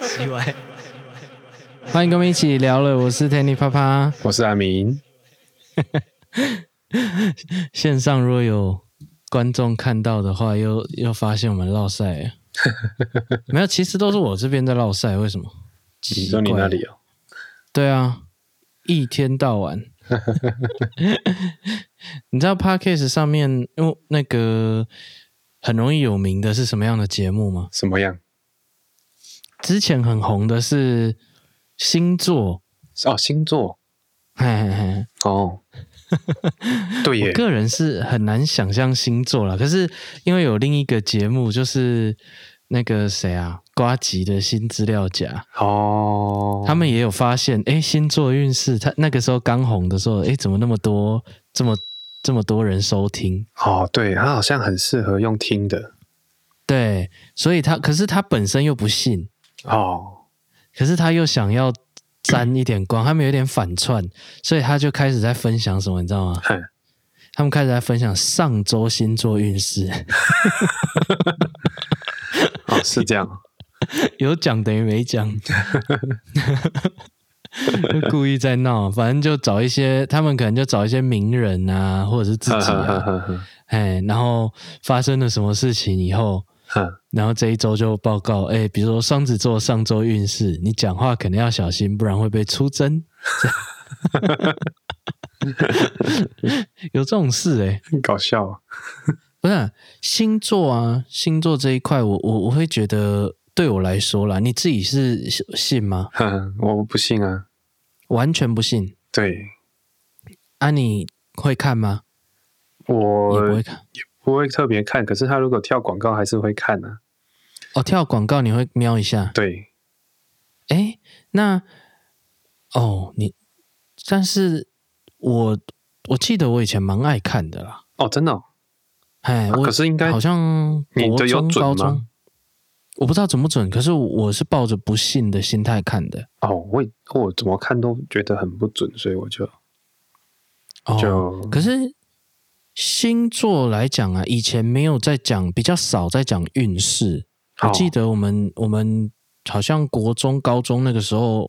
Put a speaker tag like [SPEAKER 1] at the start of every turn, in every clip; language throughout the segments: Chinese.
[SPEAKER 1] 奇怪。欢迎跟我们一起聊了，我是 Tanny 啪啪。
[SPEAKER 2] 我是阿明，
[SPEAKER 1] 线上若有观众看到的话，又又发现我们落赛 了。没有，其实都是我这边在落赛，为什么？
[SPEAKER 2] 你说你那里哦？
[SPEAKER 1] 对啊，一天到 晚。你知道 Podcast 上面因为那个很容易有名的是什么样的节目吗？
[SPEAKER 2] 什么样？
[SPEAKER 1] 之前很红的是星座，
[SPEAKER 2] 哦，星座
[SPEAKER 1] 嘿嘿嘿。
[SPEAKER 2] 哦，对
[SPEAKER 1] 我
[SPEAKER 2] 耶，
[SPEAKER 1] 个人是很难想象星座啦，可是因为有另一个节目，就是那个谁啊，瓜吉的新资料夹，
[SPEAKER 2] 哦，
[SPEAKER 1] 他们也有发现，哎，星座运势，他那个时候刚红的时候，哎，怎么那么多，这么这么多人收听？
[SPEAKER 2] 哦，对，他好像很适合用听的
[SPEAKER 1] 对，所以他，可是他本身又不信，
[SPEAKER 2] 哦，
[SPEAKER 1] 可是他又想要沾一点光，他们有点反串，所以他就开始在分享什么，你知道吗？
[SPEAKER 2] 哼，
[SPEAKER 1] 他们开始在分享上周星座运势，
[SPEAKER 2] 哦，是这样，
[SPEAKER 1] 有讲等于没讲， 就故意在闹。反正就找一些，他们可能就找一些名人啊，或者 是自己啊，
[SPEAKER 2] 哼
[SPEAKER 1] 哎，然后发生了什么事情以后，
[SPEAKER 2] 哼，
[SPEAKER 1] 然后这一周就报告，哎，比如说双子座上周运势，你讲话可能要小心，不然会被出征。 有这种事哎、
[SPEAKER 2] 很搞笑啊，
[SPEAKER 1] 不是啊、星座啊，星座这一块我，我我会觉得对我来说啦，你自己是信吗？
[SPEAKER 2] 哼，我不信啊，
[SPEAKER 1] 完全不信
[SPEAKER 2] 对
[SPEAKER 1] 啊！你会看吗？也不
[SPEAKER 2] 我
[SPEAKER 1] 会看
[SPEAKER 2] 不会特别看，可是他如果跳广告还是会看啊，
[SPEAKER 1] 哦。跳广告你会瞄一下，
[SPEAKER 2] 对，
[SPEAKER 1] 哎，那哦你，但是我我记得我以前蛮爱看的啦，
[SPEAKER 2] 哦，真的哦，
[SPEAKER 1] 哎，
[SPEAKER 2] 啊
[SPEAKER 1] 我
[SPEAKER 2] 可是应该
[SPEAKER 1] 好像
[SPEAKER 2] 你
[SPEAKER 1] 国
[SPEAKER 2] 的有
[SPEAKER 1] 中
[SPEAKER 2] 准
[SPEAKER 1] 高
[SPEAKER 2] 吗
[SPEAKER 1] 中，我不知道准不准，可是我是抱着不信的心态看的，
[SPEAKER 2] 哦，我也我怎么看都觉得很不准，所以我就
[SPEAKER 1] 哦，
[SPEAKER 2] 就
[SPEAKER 1] 可是星座来讲啊，以前没有在讲，比较少在讲运势。我
[SPEAKER 2] 哦
[SPEAKER 1] 记得我们我们好像国中、高中那个时候，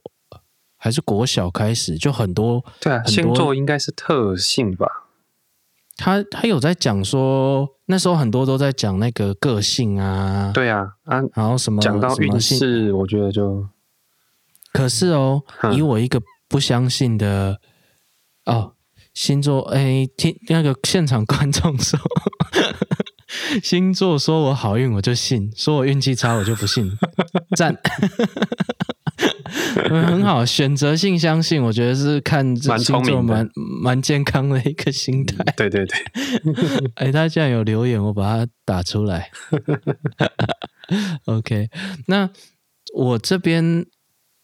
[SPEAKER 1] 还是国小开始，就很多
[SPEAKER 2] 对啊，
[SPEAKER 1] 很多
[SPEAKER 2] 星座应该是特性吧，
[SPEAKER 1] 他他有在讲说，那时候很多都在讲那个个性啊，，
[SPEAKER 2] 对啊，啊，
[SPEAKER 1] 然后什么
[SPEAKER 2] 讲到
[SPEAKER 1] 什么
[SPEAKER 2] 运
[SPEAKER 1] 性
[SPEAKER 2] 势，我觉得就
[SPEAKER 1] 可是哦，
[SPEAKER 2] 嗯
[SPEAKER 1] 以我一个不相信的哦星座，哎，听那个现场观众说， 星座说我好运我就信，说我运气差我就不信， 赞。嗯很好，选择性相信，我觉得是看这
[SPEAKER 2] 蛮
[SPEAKER 1] 星
[SPEAKER 2] 聪
[SPEAKER 1] 座
[SPEAKER 2] 明的
[SPEAKER 1] 蛮蛮健康的一个心态。
[SPEAKER 2] 对对对，
[SPEAKER 1] 哎，他竟然有留言，我把它打出来。OK，那 我这边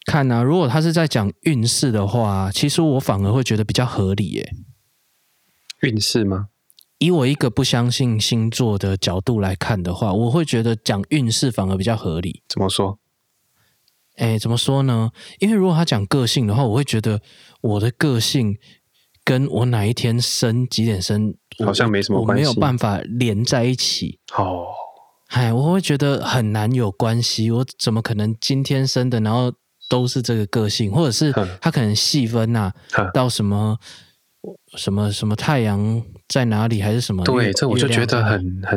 [SPEAKER 1] 看啊，如果他是在讲运势的话，啊其实我反而会觉得比较合理耶。
[SPEAKER 2] 运势吗？
[SPEAKER 1] 以我一个不相信星座的角度来看的话，我会觉得讲运势反而比较合理。
[SPEAKER 2] 怎么说？
[SPEAKER 1] 哎，怎么说呢？因为如果他讲个性的话，我会觉得我的个性跟我哪一天生几点生，我
[SPEAKER 2] 好像没什么
[SPEAKER 1] 我没有
[SPEAKER 2] 关系
[SPEAKER 1] 办法连在一起。
[SPEAKER 2] 哦，
[SPEAKER 1] 哎，我会觉得很难有关系。我怎么可能今天生的，然后都是这个个性，或者是
[SPEAKER 2] 哼
[SPEAKER 1] 他可能细分呐、
[SPEAKER 2] 哼
[SPEAKER 1] 到什么什么什么太阳在哪里，还是什么月？
[SPEAKER 2] 对，这我就
[SPEAKER 1] 月亮
[SPEAKER 2] 觉得
[SPEAKER 1] 在哪里
[SPEAKER 2] 很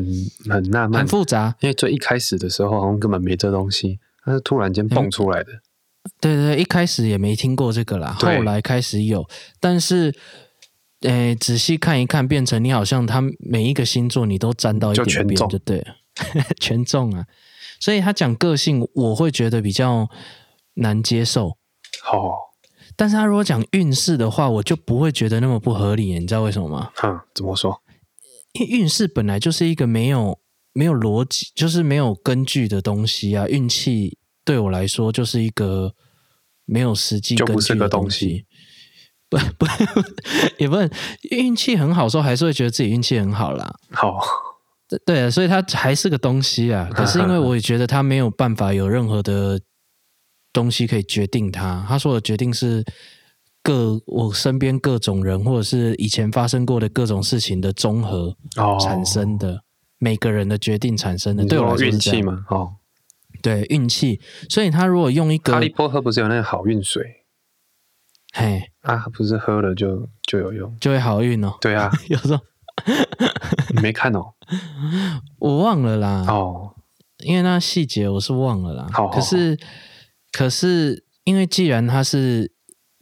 [SPEAKER 2] 很很纳闷
[SPEAKER 1] 很，复杂。
[SPEAKER 2] 因为最一开始的时候好像根本没这东西，它是突然
[SPEAKER 1] 嗯
[SPEAKER 2] 间蹦出来的。
[SPEAKER 1] 对对，对一开始也没听过这个啦，后
[SPEAKER 2] 对
[SPEAKER 1] 来开始有，但是。诶，仔细看一看，变成你好像他每一个星座你都沾到一
[SPEAKER 2] 就
[SPEAKER 1] 点
[SPEAKER 2] 全
[SPEAKER 1] 边，
[SPEAKER 2] 中
[SPEAKER 1] 就对了， 全中啊！所以他讲个性，我会觉得比较难接受。
[SPEAKER 2] 哦，
[SPEAKER 1] 但是他如果讲运势的话，我就不会觉得那么不合理，你知道为什么吗？
[SPEAKER 2] 哼，怎么说？
[SPEAKER 1] 因为运势本来就是一个没有没有逻辑，就是没有根据的东西啊。运气对我来说就是一个没有实际
[SPEAKER 2] 就
[SPEAKER 1] 根
[SPEAKER 2] 不
[SPEAKER 1] 据
[SPEAKER 2] 是
[SPEAKER 1] 的
[SPEAKER 2] 个
[SPEAKER 1] 东
[SPEAKER 2] 东西。
[SPEAKER 1] 不不， 也不能运气很好的时候，还是会觉得自己运气很好啦。
[SPEAKER 2] 好，
[SPEAKER 1] 对对啊，所以它还是个东西啊。可是因为我也觉得它没有办法有任何的东西可以决定它。他说的决定是各我身边各种人，或者是以前发生过的各种事情的综合
[SPEAKER 2] 哦，
[SPEAKER 1] 产生的、每个人的决定产生的。
[SPEAKER 2] 你
[SPEAKER 1] 对我来
[SPEAKER 2] 说
[SPEAKER 1] 说是
[SPEAKER 2] 运
[SPEAKER 1] 这样
[SPEAKER 2] 气？吗？哦，
[SPEAKER 1] 对运气。所以他如果用一
[SPEAKER 2] 哈
[SPEAKER 1] 个
[SPEAKER 2] 利波特不是有那个好运水
[SPEAKER 1] 嘿，
[SPEAKER 2] 啊？不是喝了就就有用？
[SPEAKER 1] 就会好运哦。
[SPEAKER 2] 对啊，
[SPEAKER 1] 有时候
[SPEAKER 2] 你没看哦？
[SPEAKER 1] 我忘了 啦，
[SPEAKER 2] 哦，
[SPEAKER 1] 因为那细节我是忘了啦。
[SPEAKER 2] 好好好
[SPEAKER 1] 可是可是因为既然它是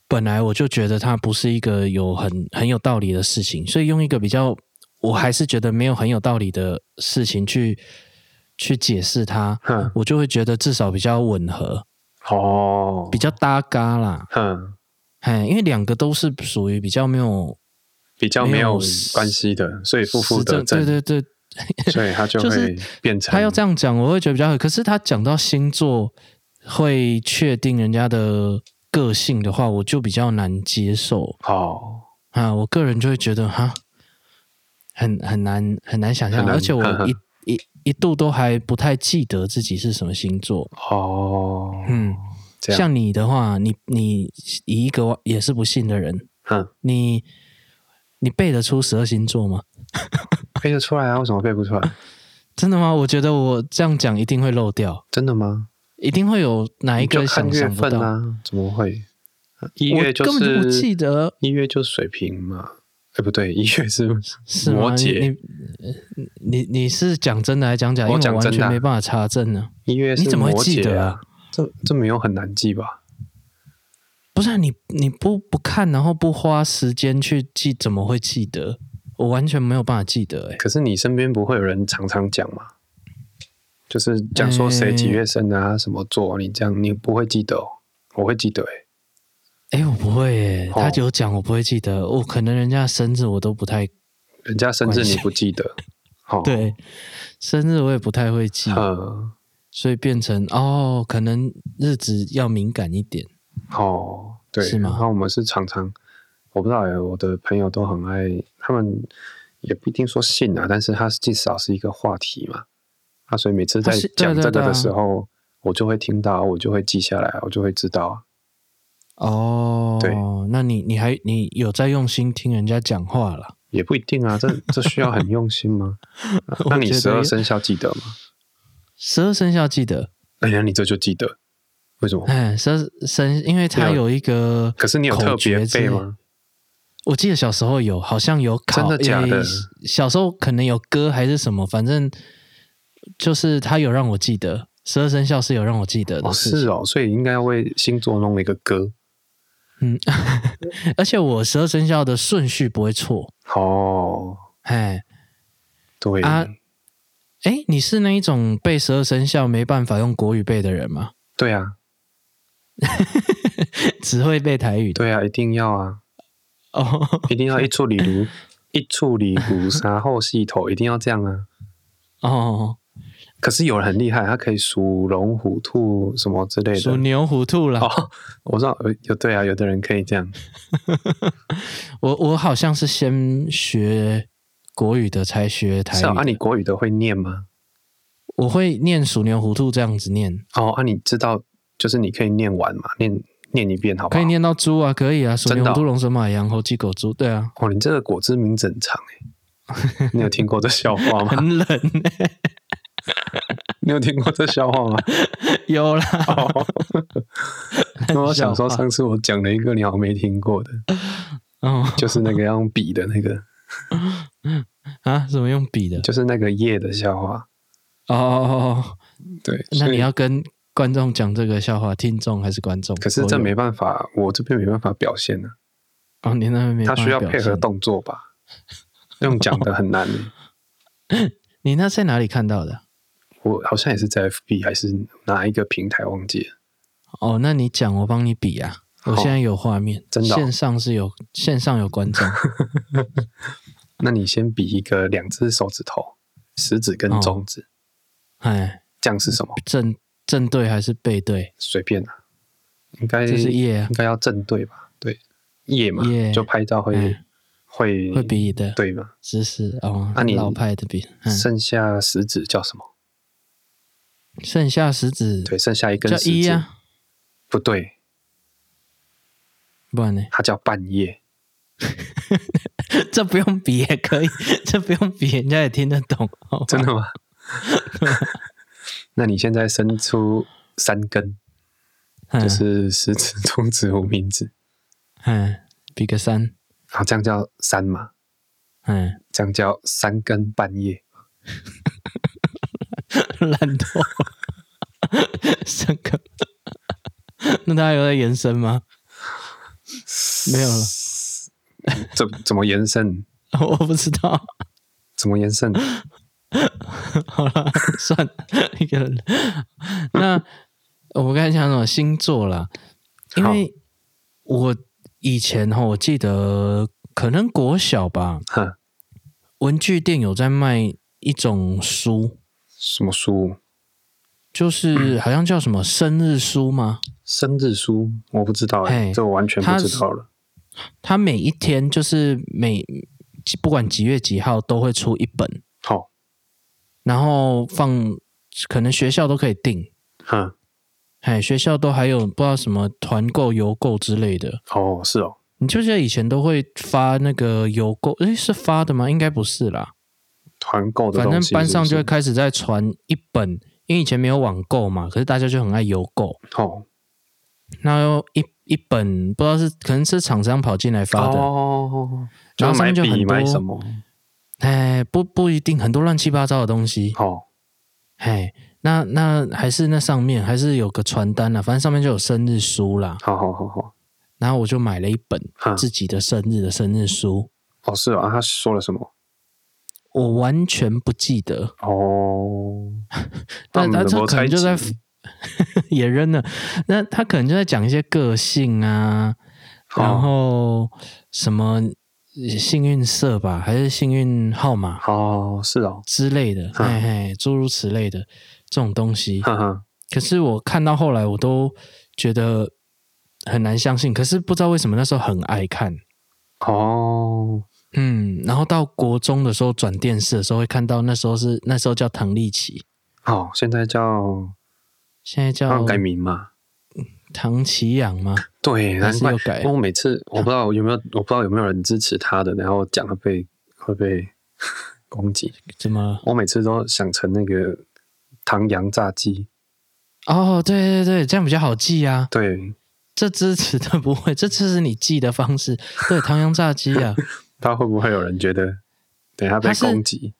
[SPEAKER 1] 本来我就觉得它不是一个有很很有道理的事情，所以用一个比较我还是觉得没有很有道理的事情去去解释它，
[SPEAKER 2] 哼，
[SPEAKER 1] 我就会觉得至少比较吻合，
[SPEAKER 2] 哦，
[SPEAKER 1] 比较搭嘎啦。
[SPEAKER 2] 哼，
[SPEAKER 1] 嘿，因为两个都是属于比较没有
[SPEAKER 2] 比较没
[SPEAKER 1] 没有
[SPEAKER 2] 有关系的，所以负负
[SPEAKER 1] 实
[SPEAKER 2] 得
[SPEAKER 1] 证，对
[SPEAKER 2] 正，
[SPEAKER 1] 对对，
[SPEAKER 2] 所以它就
[SPEAKER 1] 就是
[SPEAKER 2] 会变成
[SPEAKER 1] 他要这样讲，我会觉得比较好。可是他讲到星座会确定人家的个性的话，我就比较难接受
[SPEAKER 2] 哦，
[SPEAKER 1] 啊。我个人就会觉得哈，很很难很难想象，
[SPEAKER 2] 很难
[SPEAKER 1] 而且我
[SPEAKER 2] 呵呵
[SPEAKER 1] 一一一度都还不太记得自己是什么星座。
[SPEAKER 2] 哦，
[SPEAKER 1] 嗯，
[SPEAKER 2] 这样，
[SPEAKER 1] 像你的话，你你以一个也是不信的人，
[SPEAKER 2] 哼，
[SPEAKER 1] 你你背得出十二星座吗？
[SPEAKER 2] 背得出来啊？为什么背不出来？
[SPEAKER 1] 真的吗？我觉得我这样讲一定会漏掉，
[SPEAKER 2] 真的吗？
[SPEAKER 1] 一定会有哪一
[SPEAKER 2] 你就
[SPEAKER 1] 个
[SPEAKER 2] 看
[SPEAKER 1] 想
[SPEAKER 2] 月
[SPEAKER 1] 想不
[SPEAKER 2] 份
[SPEAKER 1] 到。
[SPEAKER 2] 啊？怎么会？一
[SPEAKER 1] 我
[SPEAKER 2] 月就
[SPEAKER 1] 根本就不记
[SPEAKER 2] 是
[SPEAKER 1] 得
[SPEAKER 2] 一月就是水瓶嘛？哎，不对，一月是
[SPEAKER 1] 是吗
[SPEAKER 2] 摩羯，
[SPEAKER 1] 你你你你是讲真的还是讲假？因
[SPEAKER 2] 我
[SPEAKER 1] 为
[SPEAKER 2] 讲
[SPEAKER 1] 我完
[SPEAKER 2] 真的啊
[SPEAKER 1] 全没办法查证呢、
[SPEAKER 2] 一月
[SPEAKER 1] 你
[SPEAKER 2] 是
[SPEAKER 1] 怎么
[SPEAKER 2] 摩
[SPEAKER 1] 会记
[SPEAKER 2] 羯
[SPEAKER 1] 得
[SPEAKER 2] 啊
[SPEAKER 1] 啊？
[SPEAKER 2] 这这没有很难记吧？
[SPEAKER 1] 不是、啊、你你不不看，然后不花时间去记，怎么会记得？我完全没有办法记得、欸，
[SPEAKER 2] 可是你身边不会有人常常讲嘛？就是讲说谁几月生啊，什么座，你这样你不会记得哦，我会记得哎、
[SPEAKER 1] 哎、我不会、欸，
[SPEAKER 2] 哦
[SPEAKER 1] 他有讲我不会记得，我、可能人家的生日我都不太
[SPEAKER 2] 哦人家生日
[SPEAKER 1] 关系
[SPEAKER 2] 你不记 得，好、哦，
[SPEAKER 1] 对，生日我也不太会记，
[SPEAKER 2] 嗯，
[SPEAKER 1] 所以变成哦，可能日子要敏感一点，
[SPEAKER 2] 哦，对，
[SPEAKER 1] 是吗
[SPEAKER 2] 然后我们是常常，我不知道哎，我的朋友都很爱，他们也不一定说信啊，但是他至少是一个话题嘛。啊，所以每次在
[SPEAKER 1] 他是对
[SPEAKER 2] 讲
[SPEAKER 1] 对
[SPEAKER 2] 这个
[SPEAKER 1] 对啊
[SPEAKER 2] 的时候，我就会听到，我就会记下来，我就会知道啊。
[SPEAKER 1] 哦，
[SPEAKER 2] 对，
[SPEAKER 1] 那你你还你有在用心听人家讲话了？
[SPEAKER 2] 也不一定啊，这这需要很用 心吗？啊那你
[SPEAKER 1] 我觉得
[SPEAKER 2] 十二
[SPEAKER 1] 也
[SPEAKER 2] 生肖记得吗？
[SPEAKER 1] 十二生肖记得，
[SPEAKER 2] 哎呀，你这就记得，为什么？
[SPEAKER 1] 哎，十二生，因为它
[SPEAKER 2] 哦没有
[SPEAKER 1] 有一个，
[SPEAKER 2] 可是你有特别
[SPEAKER 1] 口诀之
[SPEAKER 2] 背
[SPEAKER 1] 类
[SPEAKER 2] 吗？
[SPEAKER 1] 我记得小时候有，好像有考，
[SPEAKER 2] 真的假的
[SPEAKER 1] 哎小时候可能有歌还是什么，反正就是他有让我记得十二生肖是有让我记得的
[SPEAKER 2] 哦，
[SPEAKER 1] 事情。
[SPEAKER 2] 是哦，所以应该要为星座弄一个歌。
[SPEAKER 1] 嗯，而且我十二生肖的顺序不会错。
[SPEAKER 2] 哦，
[SPEAKER 1] 哎，
[SPEAKER 2] 对
[SPEAKER 1] 啊哎，你是那一种背十二生肖没办法用国语背的人吗？
[SPEAKER 2] 对啊，
[SPEAKER 1] 只会背台语的
[SPEAKER 2] 对啊，一定 要啊。
[SPEAKER 1] 哦。
[SPEAKER 2] 一定要一处 理如一处理如杀后系头，一定要这样啊。
[SPEAKER 1] 哦，
[SPEAKER 2] 可是有人很厉害，他可以属龙、虎、兔什么之类
[SPEAKER 1] 属
[SPEAKER 2] 的。
[SPEAKER 1] 牛、虎、兔啦。
[SPEAKER 2] 哦，我知道有有对啊，有的人可以这样。
[SPEAKER 1] 我我好像是先学国语的，才学台语
[SPEAKER 2] 是
[SPEAKER 1] 的。
[SPEAKER 2] 啊，啊你国语的会念吗？
[SPEAKER 1] 我会念鼠牛虎兔这样子念，
[SPEAKER 2] 哦，啊，你知道就是你可以念完嘛，念念一遍好不
[SPEAKER 1] 可
[SPEAKER 2] 好？
[SPEAKER 1] 以。念到猪啊，可以啊，鼠
[SPEAKER 2] 真
[SPEAKER 1] 牛
[SPEAKER 2] 的哦
[SPEAKER 1] 虎兔龙蛇马羊猴鸡狗猪，对 啊，
[SPEAKER 2] 哦，你这个果汁名字很长 哎、你有听过这笑话吗？
[SPEAKER 1] 很冷、
[SPEAKER 2] 你有听过这笑话吗？
[SPEAKER 1] 有啦，
[SPEAKER 2] 哦，我想说
[SPEAKER 1] 笑话
[SPEAKER 2] 上次我讲了一个你好像没听 过的，
[SPEAKER 1] 哦
[SPEAKER 2] 就是那个要用笔的那个。
[SPEAKER 1] 啊，怎么用笔的？
[SPEAKER 2] 就是那个夜的笑话。
[SPEAKER 1] 哦哦哦，哦
[SPEAKER 2] 对，
[SPEAKER 1] 那
[SPEAKER 2] 所以
[SPEAKER 1] 你要跟观众讲这个笑话，听众还是观众？
[SPEAKER 2] 可是这
[SPEAKER 1] 都有
[SPEAKER 2] 没办法，我这边没办法表现呢、啊
[SPEAKER 1] 哦，你那边没
[SPEAKER 2] 他
[SPEAKER 1] 办法
[SPEAKER 2] 需要
[SPEAKER 1] 表
[SPEAKER 2] 配合
[SPEAKER 1] 现，
[SPEAKER 2] 动作吧？用讲的 很难。
[SPEAKER 1] 你那在哪里看到的？
[SPEAKER 2] 我好像也是在 FB 还是哪一个平台忘记了。
[SPEAKER 1] 哦，那你讲，我帮你比啊。我
[SPEAKER 2] 好
[SPEAKER 1] 现在有画面，
[SPEAKER 2] 真的哦
[SPEAKER 1] 线上是有线上有观 众，
[SPEAKER 2] 那你先比一个两只手指头，食指
[SPEAKER 1] 哦
[SPEAKER 2] 跟中指，
[SPEAKER 1] 哎，
[SPEAKER 2] 这样是什么？
[SPEAKER 1] 正正对还是背对？
[SPEAKER 2] 随便啊，应该
[SPEAKER 1] 这是夜啊
[SPEAKER 2] 应，该要正对吧？对，夜嘛，
[SPEAKER 1] 夜
[SPEAKER 2] 就拍照会、
[SPEAKER 1] 嗯
[SPEAKER 2] 会
[SPEAKER 1] 会比的。
[SPEAKER 2] 哎对嘛？
[SPEAKER 1] 知识哦，
[SPEAKER 2] 那你
[SPEAKER 1] 老派的比，嗯，
[SPEAKER 2] 剩下食指叫什么？
[SPEAKER 1] 剩下食指
[SPEAKER 2] 对，剩下一根
[SPEAKER 1] 叫
[SPEAKER 2] 食
[SPEAKER 1] 一
[SPEAKER 2] 指、
[SPEAKER 1] 啊，
[SPEAKER 2] 不对，
[SPEAKER 1] 不然呢？
[SPEAKER 2] 它叫半夜。
[SPEAKER 1] 这不用比也 可以，这不用比，人家也听得懂。好吧
[SPEAKER 2] 真的吗？ 那你现在伸出三根，就
[SPEAKER 1] 嗯
[SPEAKER 2] 是食指、中指、无名指，
[SPEAKER 1] 嗯，比个三，
[SPEAKER 2] 然后这样叫三嘛，
[SPEAKER 1] 嗯，
[SPEAKER 2] 这样叫三更半夜。
[SPEAKER 1] 烂透， 三个。那他还有在延伸吗？ 没有了，
[SPEAKER 2] 怎怎么延伸？
[SPEAKER 1] 我不知道。
[SPEAKER 2] 怎么延伸？
[SPEAKER 1] 好了，算了，一个人。 那我刚才讲什么星座啦？因为我以前哈，我记得可能国小吧，
[SPEAKER 2] 哼，
[SPEAKER 1] 文具店有在卖一种书，
[SPEAKER 2] 什么书？
[SPEAKER 1] 就是好像叫什么生日书吗？
[SPEAKER 2] 生日书？我不知道哎、
[SPEAKER 1] 嘿
[SPEAKER 2] 这我完全不
[SPEAKER 1] 它
[SPEAKER 2] 知
[SPEAKER 1] 是
[SPEAKER 2] 道了。
[SPEAKER 1] 它每一天就是每不管几月几号都会出一本，
[SPEAKER 2] 好、
[SPEAKER 1] 然后放可能学校都可以订，
[SPEAKER 2] 哼，
[SPEAKER 1] 哎，学校都还有不知道什么团购、邮购之类的。
[SPEAKER 2] 哦，是哦，
[SPEAKER 1] 你就记得以前都会发那个邮购，诶，是发的吗？应该不是啦，
[SPEAKER 2] 团购的
[SPEAKER 1] 反
[SPEAKER 2] 东
[SPEAKER 1] 正
[SPEAKER 2] 西
[SPEAKER 1] 班上
[SPEAKER 2] 是
[SPEAKER 1] 就
[SPEAKER 2] 不
[SPEAKER 1] 会
[SPEAKER 2] 是
[SPEAKER 1] 开始在传一本，因为以前没有网购嘛，可是大家就很爱邮购，
[SPEAKER 2] 哦
[SPEAKER 1] 那又一一本不知道是可能是厂商跑进来发的，
[SPEAKER 2] 哦，
[SPEAKER 1] 哦然后
[SPEAKER 2] 要
[SPEAKER 1] 上
[SPEAKER 2] 买
[SPEAKER 1] 面就很
[SPEAKER 2] 笔
[SPEAKER 1] 多
[SPEAKER 2] 买什么？
[SPEAKER 1] 哎、不不一定，很多乱七八糟的东西，
[SPEAKER 2] 哦，
[SPEAKER 1] 哎，那那还是那上面还是有个传单啦，啊反正上面就有生日书啦，
[SPEAKER 2] 好好好好，
[SPEAKER 1] 然后我就买了一本
[SPEAKER 2] 哼，
[SPEAKER 1] 自己的生日的生日书，
[SPEAKER 2] 哦是哦啊，他说了什么？
[SPEAKER 1] 我完全不记得，
[SPEAKER 2] 哦，
[SPEAKER 1] 但他
[SPEAKER 2] 那我们怎
[SPEAKER 1] 这
[SPEAKER 2] 么
[SPEAKER 1] 可能
[SPEAKER 2] 猜
[SPEAKER 1] 就在
[SPEAKER 2] 忌
[SPEAKER 1] 也扔了，那他可能就在讲一些个性啊，然
[SPEAKER 2] 哦
[SPEAKER 1] 后什么幸运色吧，还是幸运号码
[SPEAKER 2] 哦是哦，
[SPEAKER 1] 之类的，嘿
[SPEAKER 2] 嗯
[SPEAKER 1] 嘿，诸如此类的这种东西。
[SPEAKER 2] 哈哈，
[SPEAKER 1] 可是我看到后来，我都觉得很难相信。可是不知道为什么那时候很爱看，
[SPEAKER 2] 哦
[SPEAKER 1] 嗯，然后到国中的时候转电视的时候会看到，那时候是那时候叫唐立奇，
[SPEAKER 2] 哦，现在叫
[SPEAKER 1] 现在
[SPEAKER 2] 他
[SPEAKER 1] 叫
[SPEAKER 2] 哦们改名嘛？
[SPEAKER 1] 唐奇阳吗？
[SPEAKER 2] 对，
[SPEAKER 1] 还
[SPEAKER 2] 难
[SPEAKER 1] 是
[SPEAKER 2] 怪
[SPEAKER 1] 有改
[SPEAKER 2] 因为我每次我不知道有没有，我不知道有没有人支持他的，然后讲会被会被 攻击。
[SPEAKER 1] 怎么了？
[SPEAKER 2] 我每次都想成那个唐扬炸鸡，
[SPEAKER 1] 哦，对对对，这样比较好记啊。
[SPEAKER 2] 对，
[SPEAKER 1] 这支持的不会，这支持你记的方式。对，唐扬炸鸡 啊，
[SPEAKER 2] 他会不会有人觉得等一下被
[SPEAKER 1] 他是
[SPEAKER 2] 攻击？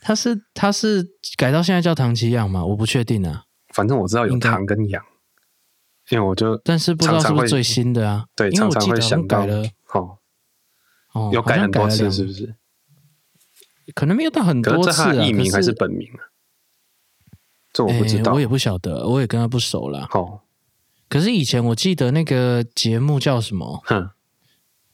[SPEAKER 1] 它是它是改到现在叫唐奇样嘛？我不确定啊，
[SPEAKER 2] 反正我知道有
[SPEAKER 1] 应该
[SPEAKER 2] 唐跟羊，因为我就
[SPEAKER 1] 但是不知道
[SPEAKER 2] 常
[SPEAKER 1] 是
[SPEAKER 2] 常
[SPEAKER 1] 不
[SPEAKER 2] 会
[SPEAKER 1] 是最新的啊？
[SPEAKER 2] 对
[SPEAKER 1] 因为
[SPEAKER 2] 常
[SPEAKER 1] 我
[SPEAKER 2] 常
[SPEAKER 1] 记
[SPEAKER 2] 会
[SPEAKER 1] 得好像
[SPEAKER 2] 想到
[SPEAKER 1] 改了，
[SPEAKER 2] 哦，
[SPEAKER 1] 哦，
[SPEAKER 2] 有
[SPEAKER 1] 好
[SPEAKER 2] 改
[SPEAKER 1] 像
[SPEAKER 2] 很多
[SPEAKER 1] 了
[SPEAKER 2] 次
[SPEAKER 1] 两
[SPEAKER 2] 是不是？
[SPEAKER 1] 可能没有到很
[SPEAKER 2] 可
[SPEAKER 1] 多
[SPEAKER 2] 是这
[SPEAKER 1] 次
[SPEAKER 2] 他
[SPEAKER 1] 啊。
[SPEAKER 2] 的艺名
[SPEAKER 1] 可
[SPEAKER 2] 还是本名啊？这我不知
[SPEAKER 1] 哎
[SPEAKER 2] 道
[SPEAKER 1] 我。也不晓得，我也跟他不熟啦。
[SPEAKER 2] 哦，
[SPEAKER 1] 可是以前我记得那个节目叫什么，
[SPEAKER 2] 哼，
[SPEAKER 1] 《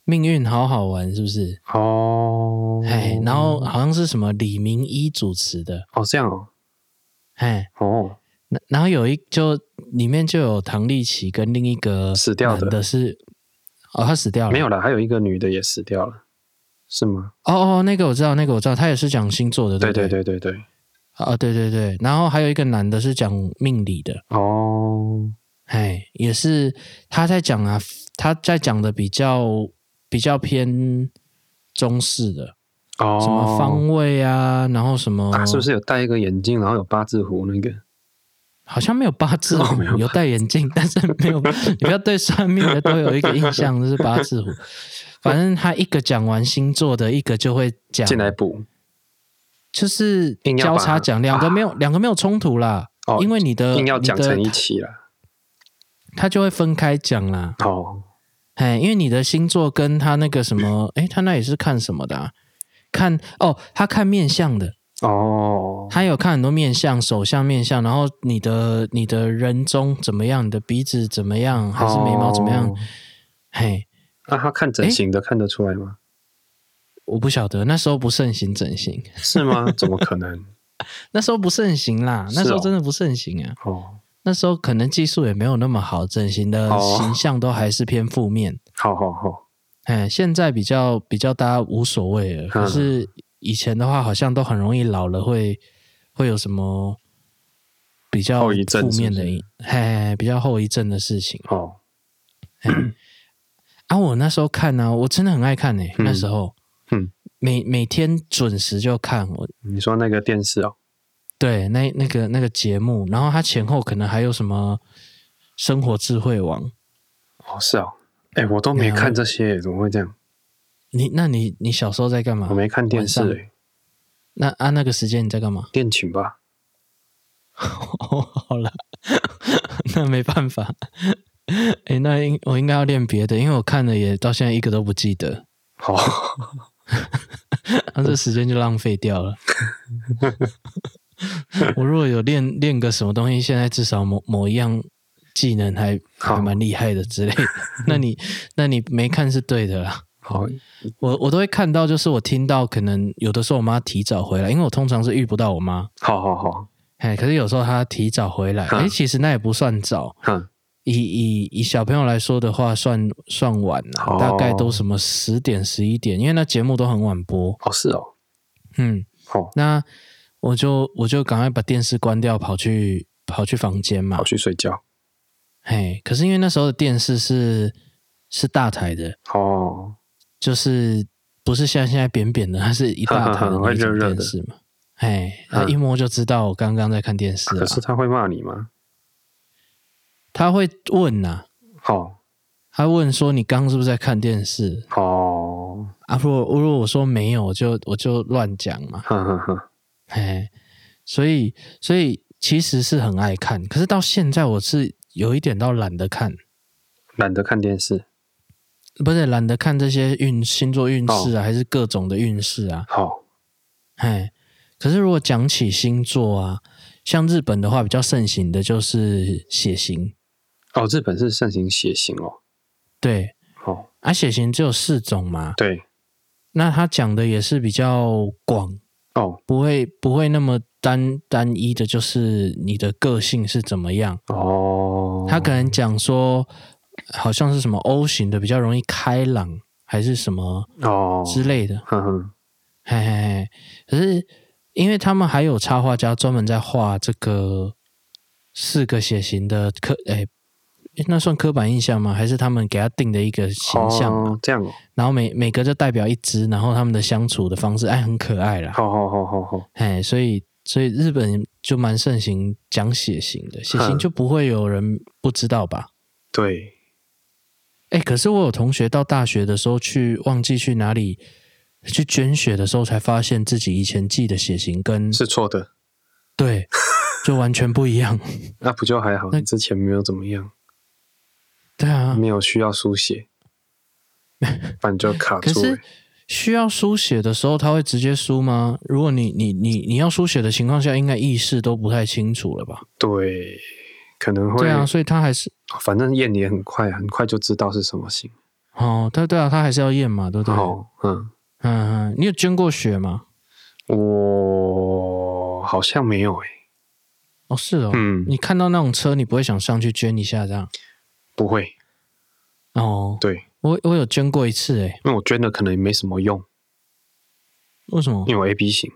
[SPEAKER 1] 命运好好玩》，是不是？
[SPEAKER 2] 哦，
[SPEAKER 1] 哎，然后好像是什么李明一主持的，
[SPEAKER 2] 哦这样哦，
[SPEAKER 1] 哎，
[SPEAKER 2] 哦，
[SPEAKER 1] 那然后有一就里面就有唐丽奇跟另一个
[SPEAKER 2] 死掉的
[SPEAKER 1] 男的是哦，他死掉了，
[SPEAKER 2] 没有啦，还有一个女的也死掉了，是吗？
[SPEAKER 1] 哦哦，那个我知道，那个我知道，他也是讲星座的，
[SPEAKER 2] 对
[SPEAKER 1] 不对
[SPEAKER 2] 对对对对，
[SPEAKER 1] 啊、对对对，然后还有一个男的是讲命理的，
[SPEAKER 2] 哦，
[SPEAKER 1] 哎，也是他在讲啊，他在讲的比较比较偏中式的，
[SPEAKER 2] 哦，
[SPEAKER 1] 什么方位啊，然后什么、
[SPEAKER 2] 啊？是不是有戴一个眼镜，然后有八字胡那个？
[SPEAKER 1] 好像没有八字
[SPEAKER 2] 哦
[SPEAKER 1] 胡，
[SPEAKER 2] 没有八
[SPEAKER 1] 有戴眼镜，但是没有。你不要对算命的都有一个印象，就是八字胡。反正他一个讲完星座的，一个就会讲，
[SPEAKER 2] 进来补
[SPEAKER 1] 就是
[SPEAKER 2] 硬要
[SPEAKER 1] 交
[SPEAKER 2] 把啊
[SPEAKER 1] 叉讲，两个没有，两个没有冲突啦。
[SPEAKER 2] 哦，
[SPEAKER 1] 因为你的
[SPEAKER 2] 硬要讲成
[SPEAKER 1] 你
[SPEAKER 2] 一
[SPEAKER 1] 的，
[SPEAKER 2] 起啦。
[SPEAKER 1] 他就会分开讲啦。
[SPEAKER 2] 哦，
[SPEAKER 1] 哎，因为你的星座跟他那个什么，哎，他那也是看什么的、啊？看哦，他看面相的，
[SPEAKER 2] 哦，
[SPEAKER 1] 他有看很多面相，手相、面相，然后你的你的人中怎么样，你的鼻子怎么样，还是眉毛怎么样？
[SPEAKER 2] 哦
[SPEAKER 1] 嘿，
[SPEAKER 2] 那他看整形的看得出来吗？
[SPEAKER 1] 我不晓得，那时候不盛行整形，
[SPEAKER 2] 是吗？怎么可 能？
[SPEAKER 1] 那时候不盛行啦，
[SPEAKER 2] 是哦
[SPEAKER 1] 那时候真的不盛行啊。
[SPEAKER 2] 哦，
[SPEAKER 1] 那时候可能技术也没有那么好，整形的
[SPEAKER 2] 哦
[SPEAKER 1] 形象都还是偏负面。
[SPEAKER 2] 好好好，
[SPEAKER 1] 哎，现在比较比较大家无所谓了，
[SPEAKER 2] 嗯
[SPEAKER 1] 可是以前的话好像都很容易老了会会有什么比较
[SPEAKER 2] 后遗症
[SPEAKER 1] 负面
[SPEAKER 2] 是
[SPEAKER 1] 的
[SPEAKER 2] 不是
[SPEAKER 1] 影，嘿，比较后遗症的事情。
[SPEAKER 2] 哦，
[SPEAKER 1] 啊，我那时候看呢、啊，我真的很爱看呢、
[SPEAKER 2] 嗯
[SPEAKER 1] 那时候，
[SPEAKER 2] 嗯
[SPEAKER 1] 每每天准时就看我。
[SPEAKER 2] 你说那个电视哦，
[SPEAKER 1] 对，那那个那个节目，然后它前后可能还有什么生活智慧王，
[SPEAKER 2] 哦，是哦，哎、我都没看这些，怎么会这样？
[SPEAKER 1] 你那你你小时候在干嘛？
[SPEAKER 2] 我没看电视、
[SPEAKER 1] 晚上
[SPEAKER 2] 哎，
[SPEAKER 1] 那啊那个时间你在干嘛？
[SPEAKER 2] 恋情吧？
[SPEAKER 1] 哦，好了，那没办法。哎、那应我应该要练别的，因为我看了也到现在一个都不记得，
[SPEAKER 2] 好，
[SPEAKER 1] 那、这时间就浪费掉了。 我如果有练练个什么东西，现在至少某某一样技能还还
[SPEAKER 2] 好
[SPEAKER 1] 蛮厉害的之类的。 那你那你没看是对的啦。
[SPEAKER 2] 好，
[SPEAKER 1] 我我都会看到，就是我听到可能有的时候我妈提早回来，因为我通常是遇不到我妈，
[SPEAKER 2] 好好好，
[SPEAKER 1] 哎，可是有时候她提早回来，
[SPEAKER 2] 嗯
[SPEAKER 1] 哎，其实那也不算早，
[SPEAKER 2] 哼，
[SPEAKER 1] 以以以小朋友来说的话算，算晚了、
[SPEAKER 2] 哦
[SPEAKER 1] 大概都什么十点十一点，因为那节目都很晚播。
[SPEAKER 2] 哦，是哦，
[SPEAKER 1] 嗯，
[SPEAKER 2] 好，
[SPEAKER 1] 那我就我就赶快把电视关掉，跑去跑去房间嘛
[SPEAKER 2] 跑。去睡觉。
[SPEAKER 1] 嘿，可是因为那时候的电视是是大台的，
[SPEAKER 2] 哦，
[SPEAKER 1] 就是不是像现在扁扁的，它是一大 台的那
[SPEAKER 2] 会热
[SPEAKER 1] 种
[SPEAKER 2] 热的
[SPEAKER 1] 电视嘛。哎，
[SPEAKER 2] 嗯
[SPEAKER 1] 他一摸就知道我刚刚在看电视了
[SPEAKER 2] 可。是他会骂你吗？
[SPEAKER 1] 他会问呐、
[SPEAKER 2] 好，
[SPEAKER 1] 他问说你刚是不是在看电视？
[SPEAKER 2] 哦，
[SPEAKER 1] 啊，如果如果我说没有，我就我就乱讲嘛，
[SPEAKER 2] 哼哼哼，
[SPEAKER 1] 哎，所以所以其实是很爱看，可是到现在我是有一点到懒得看，
[SPEAKER 2] 懒得看电视。
[SPEAKER 1] 不是懒得看这些运星座运势啊，还是各种的运势啊，
[SPEAKER 2] 好，
[SPEAKER 1] 哎，可是如果讲起星座啊，像日本的话比较盛行的就是血型，
[SPEAKER 2] 哦，日本是盛行血型哦。
[SPEAKER 1] 对，
[SPEAKER 2] 好，
[SPEAKER 1] 啊，血型只有四种嘛，
[SPEAKER 2] 对，
[SPEAKER 1] 那他讲的也是比较广，
[SPEAKER 2] 哦，
[SPEAKER 1] 不会不会那么单单一的，就是你的个性是怎么样。
[SPEAKER 2] 哦，
[SPEAKER 1] 他可能讲说，好像是什么 O 型的比较容易开朗，还是什么
[SPEAKER 2] 哦，
[SPEAKER 1] 之类的。
[SPEAKER 2] 哼哼，
[SPEAKER 1] 嘿嘿嘿，可是因为他们还有插画家专门在画这个四个血型的刻，哎、那算刻板印象吗？还是他们给他定的一个形象？
[SPEAKER 2] 哦，这样哦，
[SPEAKER 1] 然后每每个就代表一只，然后他们的相处的方式，哎，很可爱啦。
[SPEAKER 2] 好好好好好，
[SPEAKER 1] 哎，所以所以日本就蛮盛行讲血型的，血型
[SPEAKER 2] 哼
[SPEAKER 1] 就不会有人不知道吧？
[SPEAKER 2] 对，
[SPEAKER 1] 哎，可是我有同学到大学的时候去忘记去哪里去捐血的时候，才发现自己以前记的血型跟
[SPEAKER 2] 是错的。
[SPEAKER 1] 对就完全不一样。
[SPEAKER 2] 那不就还好？
[SPEAKER 1] 那
[SPEAKER 2] 你之前没有怎么样，
[SPEAKER 1] 对啊，
[SPEAKER 2] 没有需要输血，不然就 卡
[SPEAKER 1] 可
[SPEAKER 2] 住了
[SPEAKER 1] 是。需要输血的时候，他会直接输吗？如果你你你你要输血的情况下，应该意识都不太清楚了吧？
[SPEAKER 2] 对，可能会哦
[SPEAKER 1] 对，啊，所以他还是
[SPEAKER 2] 反正验也很快，啊很快就知道是什么型。
[SPEAKER 1] 哦，他对啊，他还是要验嘛，对不对？
[SPEAKER 2] 哦，嗯，
[SPEAKER 1] 嗯，嗯你有捐过血吗？
[SPEAKER 2] 我好像没有诶、
[SPEAKER 1] 哦，是哦，
[SPEAKER 2] 嗯
[SPEAKER 1] 你看到那种车，你不会想上去捐一下这样？
[SPEAKER 2] 不会，
[SPEAKER 1] 哦，
[SPEAKER 2] 对，
[SPEAKER 1] 我我有捐过一次，诶，
[SPEAKER 2] 因为我捐的可能也没什么用，
[SPEAKER 1] 为什么？
[SPEAKER 2] 因为我 A B 型，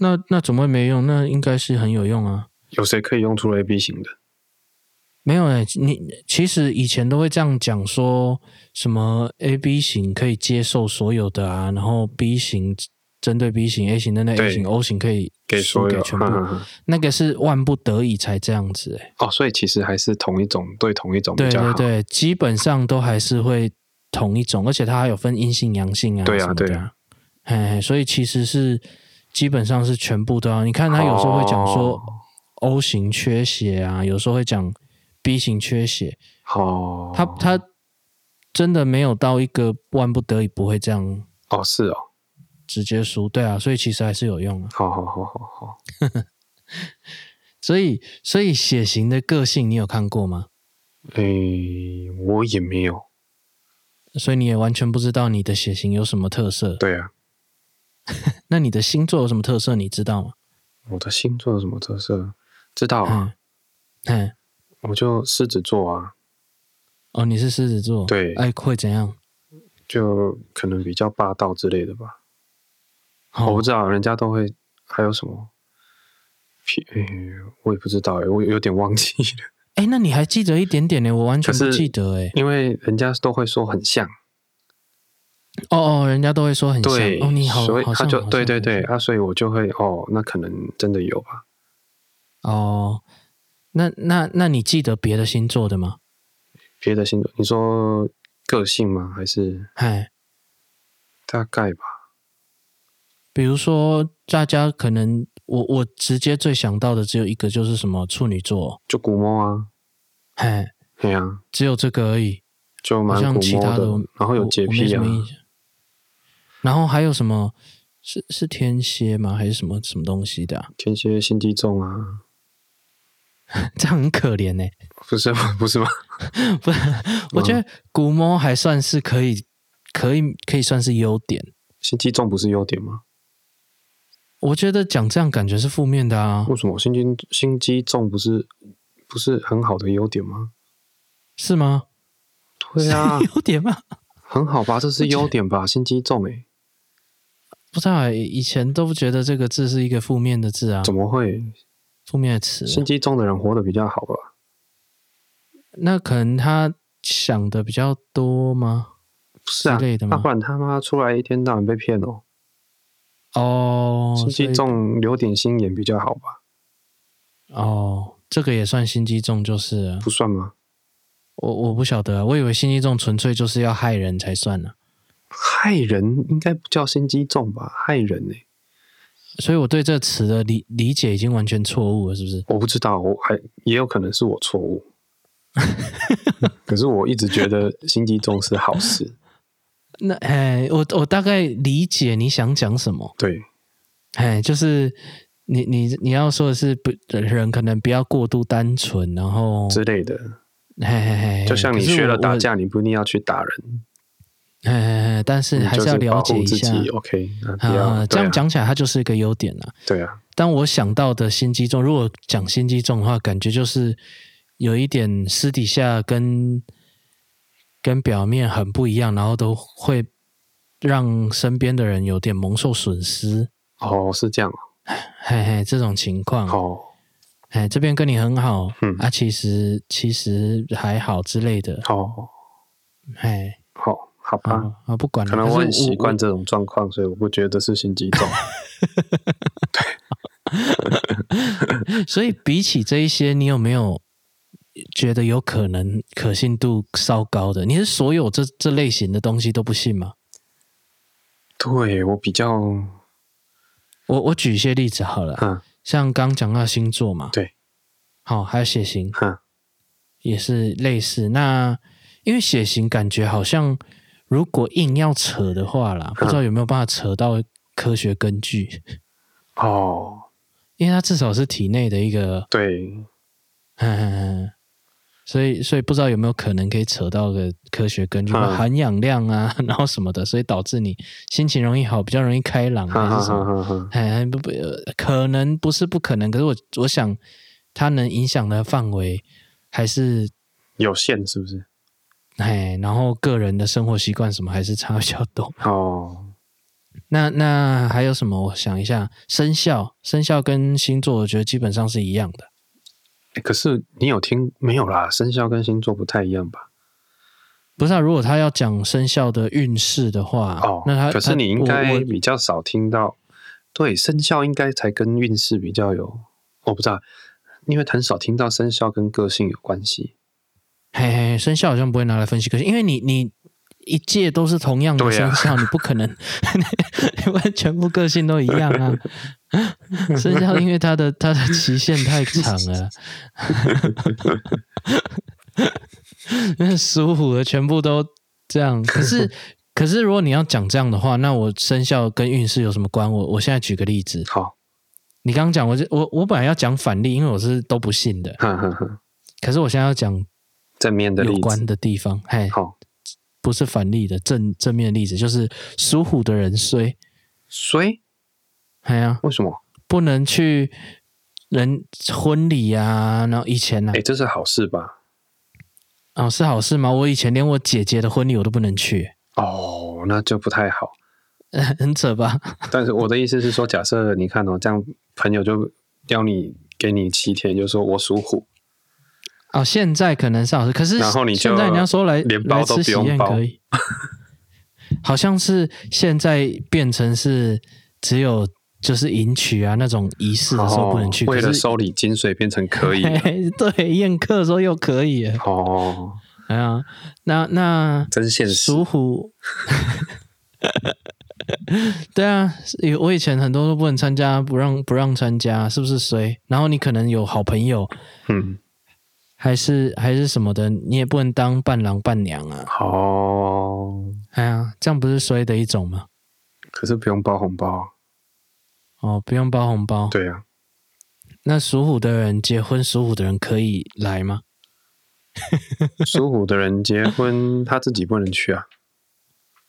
[SPEAKER 1] 那那怎么会没用？那应该是很有用啊。
[SPEAKER 2] 有谁可以用出 A B 型的？
[SPEAKER 1] 没有诶，你其实以前都会这样讲说，什么 A B 型可以接受所有的啊，然后 B 型针对 B 型、A 型针对 A
[SPEAKER 2] 对
[SPEAKER 1] 型、O 型可以
[SPEAKER 2] 给
[SPEAKER 1] 输
[SPEAKER 2] 所有
[SPEAKER 1] 给全部，
[SPEAKER 2] 哈哈哈
[SPEAKER 1] 那个是万不得已才这样子诶。 欸
[SPEAKER 2] 哦，所以其实还是同一种对同一种比
[SPEAKER 1] 对
[SPEAKER 2] 较好。
[SPEAKER 1] 对对，基本上都还是会同一种，而且它还有分阴性、阳性啊，
[SPEAKER 2] 对啊
[SPEAKER 1] 什么的
[SPEAKER 2] 对啊，
[SPEAKER 1] 哎，所以其实是基本上是全部都要。你看他有时候会讲说
[SPEAKER 2] 哦
[SPEAKER 1] O 型缺血啊，有时候会讲 B 型缺血，
[SPEAKER 2] 哦，
[SPEAKER 1] 他他真的没有到一个万不得已不会这样
[SPEAKER 2] 哦是哦，
[SPEAKER 1] 直接输，对啊，所以其实还是有用啊。
[SPEAKER 2] 好好好好好，
[SPEAKER 1] 所以所以血型的个性你有看过吗？
[SPEAKER 2] 诶、我也没有，
[SPEAKER 1] 所以你也完全不知道你的血型有什么特色。
[SPEAKER 2] 对啊，
[SPEAKER 1] 那你的星座有什么特色？你知道吗？
[SPEAKER 2] 我的星座有什么特色？知道啊，
[SPEAKER 1] 嗯，嗯，
[SPEAKER 2] 我就狮子座啊，
[SPEAKER 1] 哦，你是狮子座，
[SPEAKER 2] 对
[SPEAKER 1] 哎，会怎样？
[SPEAKER 2] 就可能比较霸道之类的吧。我不
[SPEAKER 1] 哦，
[SPEAKER 2] 知道，人家都会还有什么？屁诶我也不知道诶、我有点忘记了，
[SPEAKER 1] 哎，那你还记得一点点呢？我完全
[SPEAKER 2] 可
[SPEAKER 1] 不
[SPEAKER 2] 是
[SPEAKER 1] 记得哎。
[SPEAKER 2] 因为人家都会说很像，
[SPEAKER 1] 哦哦，人家都会说很像。
[SPEAKER 2] 对，
[SPEAKER 1] 哦，你好，
[SPEAKER 2] 所以
[SPEAKER 1] 好
[SPEAKER 2] 他
[SPEAKER 1] 像
[SPEAKER 2] 就
[SPEAKER 1] 好像
[SPEAKER 2] 对对
[SPEAKER 1] 好
[SPEAKER 2] 对，啊，所以我就会哦，那可能真的有吧。
[SPEAKER 1] 像哦，那那那你记得别的星座的吗？
[SPEAKER 2] 别的星座，你说个性吗？还是
[SPEAKER 1] 嗨，
[SPEAKER 2] 大概吧？
[SPEAKER 1] 比如说大家可能我我直接最想到的只有一个，就是什么处女座，
[SPEAKER 2] 就古摸啊，
[SPEAKER 1] 嗨，
[SPEAKER 2] 对啊，
[SPEAKER 1] 只有这个而已。
[SPEAKER 2] 就
[SPEAKER 1] 好
[SPEAKER 2] 蛮
[SPEAKER 1] 像
[SPEAKER 2] 古
[SPEAKER 1] 其
[SPEAKER 2] 摸
[SPEAKER 1] 他的我，
[SPEAKER 2] 然后有
[SPEAKER 1] 我
[SPEAKER 2] 洁
[SPEAKER 1] 我没
[SPEAKER 2] 癖
[SPEAKER 1] 什
[SPEAKER 2] 啊
[SPEAKER 1] 么，印象然后还有什么？是是天蝎吗？还是什么什么东西的、啊？
[SPEAKER 2] 天蝎、心机重啊，
[SPEAKER 1] 这样很可怜呢、
[SPEAKER 2] 不是不是吗？
[SPEAKER 1] 不是，我觉得古摸还算是可以，可以可以算是优点。
[SPEAKER 2] 心机重不是优点吗？
[SPEAKER 1] 我觉得讲这样感觉是负面的啊，
[SPEAKER 2] 为什么心机心机重不是不是很好的优点吗？
[SPEAKER 1] 是吗？
[SPEAKER 2] 对 啊，
[SPEAKER 1] 优点吗？
[SPEAKER 2] 很好吧，这是优点吧？心机重欸诶、
[SPEAKER 1] 不知道、欸，以前都不觉得这个字是一个负面的字啊，
[SPEAKER 2] 怎么会？
[SPEAKER 1] 负面的词啊、
[SPEAKER 2] 心机重的人活得比较好吧？
[SPEAKER 1] 那可能他想的比较多吗？
[SPEAKER 2] 不是啊
[SPEAKER 1] 之类的，吗
[SPEAKER 2] 那不然他妈出来一天到晚被骗哦。
[SPEAKER 1] 哦，
[SPEAKER 2] 心
[SPEAKER 1] 所
[SPEAKER 2] 机
[SPEAKER 1] 以
[SPEAKER 2] 重留点心眼比较好吧？
[SPEAKER 1] 哦，这个也算心机重就是了。
[SPEAKER 2] 不算吗？
[SPEAKER 1] 我我不晓得啊，我以为心机重纯粹就是要害人才算啊呢、
[SPEAKER 2] 害人应该不叫心机重吧？害人欸呢、
[SPEAKER 1] 所以我对这个词的理理解已经完全错误了，是不是？
[SPEAKER 2] 我不知道，我还也有可能是我 错误。可是我一直觉得心机重是好 事，
[SPEAKER 1] 那哎，我我大概理解你想讲什么，
[SPEAKER 2] 对，
[SPEAKER 1] 哎，就是你你你要说的是不人可能不要过度单纯，然后
[SPEAKER 2] 之类的。
[SPEAKER 1] 嘿嘿嘿，
[SPEAKER 2] 就像你
[SPEAKER 1] 可是
[SPEAKER 2] 学
[SPEAKER 1] 我
[SPEAKER 2] 了打
[SPEAKER 1] 我
[SPEAKER 2] 架，你不一定要去打人，
[SPEAKER 1] 嘿嘿嘿，哎但是
[SPEAKER 2] 你
[SPEAKER 1] 还
[SPEAKER 2] 就是
[SPEAKER 1] 要了
[SPEAKER 2] 保
[SPEAKER 1] 解
[SPEAKER 2] 护
[SPEAKER 1] 一
[SPEAKER 2] 自
[SPEAKER 1] 下。
[SPEAKER 2] 己。OK，那不要、
[SPEAKER 1] 啊，这
[SPEAKER 2] 对
[SPEAKER 1] 样
[SPEAKER 2] 啊，
[SPEAKER 1] 讲起来，它就是一个优点啦。
[SPEAKER 2] 对啊，
[SPEAKER 1] 但我想到的心机重，如果讲心机重的话，感觉就是有一点私底下跟跟表面很不一样，然后都会让身边的人有点蒙受损失。
[SPEAKER 2] 哦，是这样哦
[SPEAKER 1] 嘿嘿，这种情况，
[SPEAKER 2] 哦，
[SPEAKER 1] 哎，这边跟你很好，
[SPEAKER 2] 嗯
[SPEAKER 1] 啊，其实其实还好之类的，
[SPEAKER 2] 好，
[SPEAKER 1] 哎，
[SPEAKER 2] 好，好吧。
[SPEAKER 1] 啊啊，不管了，
[SPEAKER 2] 嗯可能我
[SPEAKER 1] 可是
[SPEAKER 2] 很习
[SPEAKER 1] 我
[SPEAKER 2] 惯这种状况，所以我不觉得是心 机重。
[SPEAKER 1] 所以比起这一些，你有没有觉得有可能可信度稍高的？你是所有这这类型的东西都不信吗？
[SPEAKER 2] 对我比 较，
[SPEAKER 1] 我我举一些例子好了，
[SPEAKER 2] 嗯
[SPEAKER 1] 像刚讲到星座嘛，
[SPEAKER 2] 对，
[SPEAKER 1] 好、还有血型
[SPEAKER 2] 哼，
[SPEAKER 1] 也是类似。那因为血型感觉好像，如果硬要扯的话啦，不知
[SPEAKER 2] 嗯
[SPEAKER 1] 道有没有办法扯到科学根据，
[SPEAKER 2] 哦，
[SPEAKER 1] 因为它至少是体内的一个，
[SPEAKER 2] 对，
[SPEAKER 1] 嗯，所以所以不知道有没有可能可以扯到个科学根据，
[SPEAKER 2] 嗯
[SPEAKER 1] 含氧量啊， 然后什么的，所以导致你心情容易好，比较容易开朗
[SPEAKER 2] 哈
[SPEAKER 1] 还
[SPEAKER 2] 哈
[SPEAKER 1] 是什么
[SPEAKER 2] 哈。哈哈。
[SPEAKER 1] 哎，不不，呃可能不是不可能，可是我我想它能影响的范围还是
[SPEAKER 2] 有限是不是？
[SPEAKER 1] 哎，然后个人的生活习惯什么还是差比较多。
[SPEAKER 2] 哦，
[SPEAKER 1] 那那还有什么？我想一下，生肖生肖跟星座，我觉得基本上是一样的。
[SPEAKER 2] 诶可是你有听没有啦？生肖跟星座不太一样吧？
[SPEAKER 1] 不是啊，如果他要讲生肖的运势的话，
[SPEAKER 2] 哦，
[SPEAKER 1] 那他
[SPEAKER 2] 可是
[SPEAKER 1] 他
[SPEAKER 2] 你应
[SPEAKER 1] 我
[SPEAKER 2] 该
[SPEAKER 1] 我
[SPEAKER 2] 比较少听到，对，生肖应该才跟运势比较有，我不知道，因为很少听到生肖跟个性有关系。
[SPEAKER 1] 嘿嘿，生肖好像不会拿来分析，可是因为你你一届都是同样的
[SPEAKER 2] 对啊
[SPEAKER 1] 生肖，你不可能你完全部个性都一样 啊。生肖因为它的它的期限 太长了，那属虎的全部都这样。可是可是如果你要讲这样的话，那我生肖跟运势有什么关？我我现在举个例子，
[SPEAKER 2] 好，
[SPEAKER 1] 你刚刚讲我就我我本来要讲反例，因为我是都不信的，
[SPEAKER 2] 哼哼哼，
[SPEAKER 1] 可是我现在要讲
[SPEAKER 2] 正面的
[SPEAKER 1] 有
[SPEAKER 2] 例
[SPEAKER 1] 关
[SPEAKER 2] 子，
[SPEAKER 1] 的地方，嘿。
[SPEAKER 2] 好，
[SPEAKER 1] 不是反例的正正面的例子，就是属虎的人衰，
[SPEAKER 2] 所以
[SPEAKER 1] 哎呀、
[SPEAKER 2] 为什么？
[SPEAKER 1] 不能去人婚礼啊，然后以前呢、
[SPEAKER 2] 哎、这是好事吧？
[SPEAKER 1] 啊，哦是好事吗？我以前连我姐姐的婚礼我都不能去，
[SPEAKER 2] 哦，那就不太好。
[SPEAKER 1] 很扯吧？
[SPEAKER 2] 但是我的意思是说，假设你看哦，这样朋友就要你给你七天，就说我属虎，
[SPEAKER 1] 哦，现在可能是好事，可是
[SPEAKER 2] 然后你就
[SPEAKER 1] 哎现在你要说来
[SPEAKER 2] 连包都
[SPEAKER 1] 来吃
[SPEAKER 2] 不
[SPEAKER 1] 喜
[SPEAKER 2] 用
[SPEAKER 1] 宴
[SPEAKER 2] 包
[SPEAKER 1] 可以，好像是现在变成是只有就是迎娶啊那种仪式的时候不能去，
[SPEAKER 2] 哦为
[SPEAKER 1] 可
[SPEAKER 2] 了
[SPEAKER 1] 是
[SPEAKER 2] 收礼金，所以变成可以 啊了
[SPEAKER 1] 对宴客的时候又可以了，
[SPEAKER 2] 哦，
[SPEAKER 1] 哎呀，那那
[SPEAKER 2] 真现实
[SPEAKER 1] 属虎， 对啊，有我以前很多都不能参加，不让不让参加，是不是谁？然后你可能有好朋友，
[SPEAKER 2] 嗯，
[SPEAKER 1] 还是还是什么的，你也不能当伴郎伴娘啊！
[SPEAKER 2] 哦，
[SPEAKER 1] 哎呀，这样不是衰的一种吗？
[SPEAKER 2] 可是不用包红包，
[SPEAKER 1] 哦，不用包红包。
[SPEAKER 2] 对啊，
[SPEAKER 1] 那属虎的人结婚，属虎的人可以来吗？
[SPEAKER 2] 属虎的人结婚他自己不能去啊，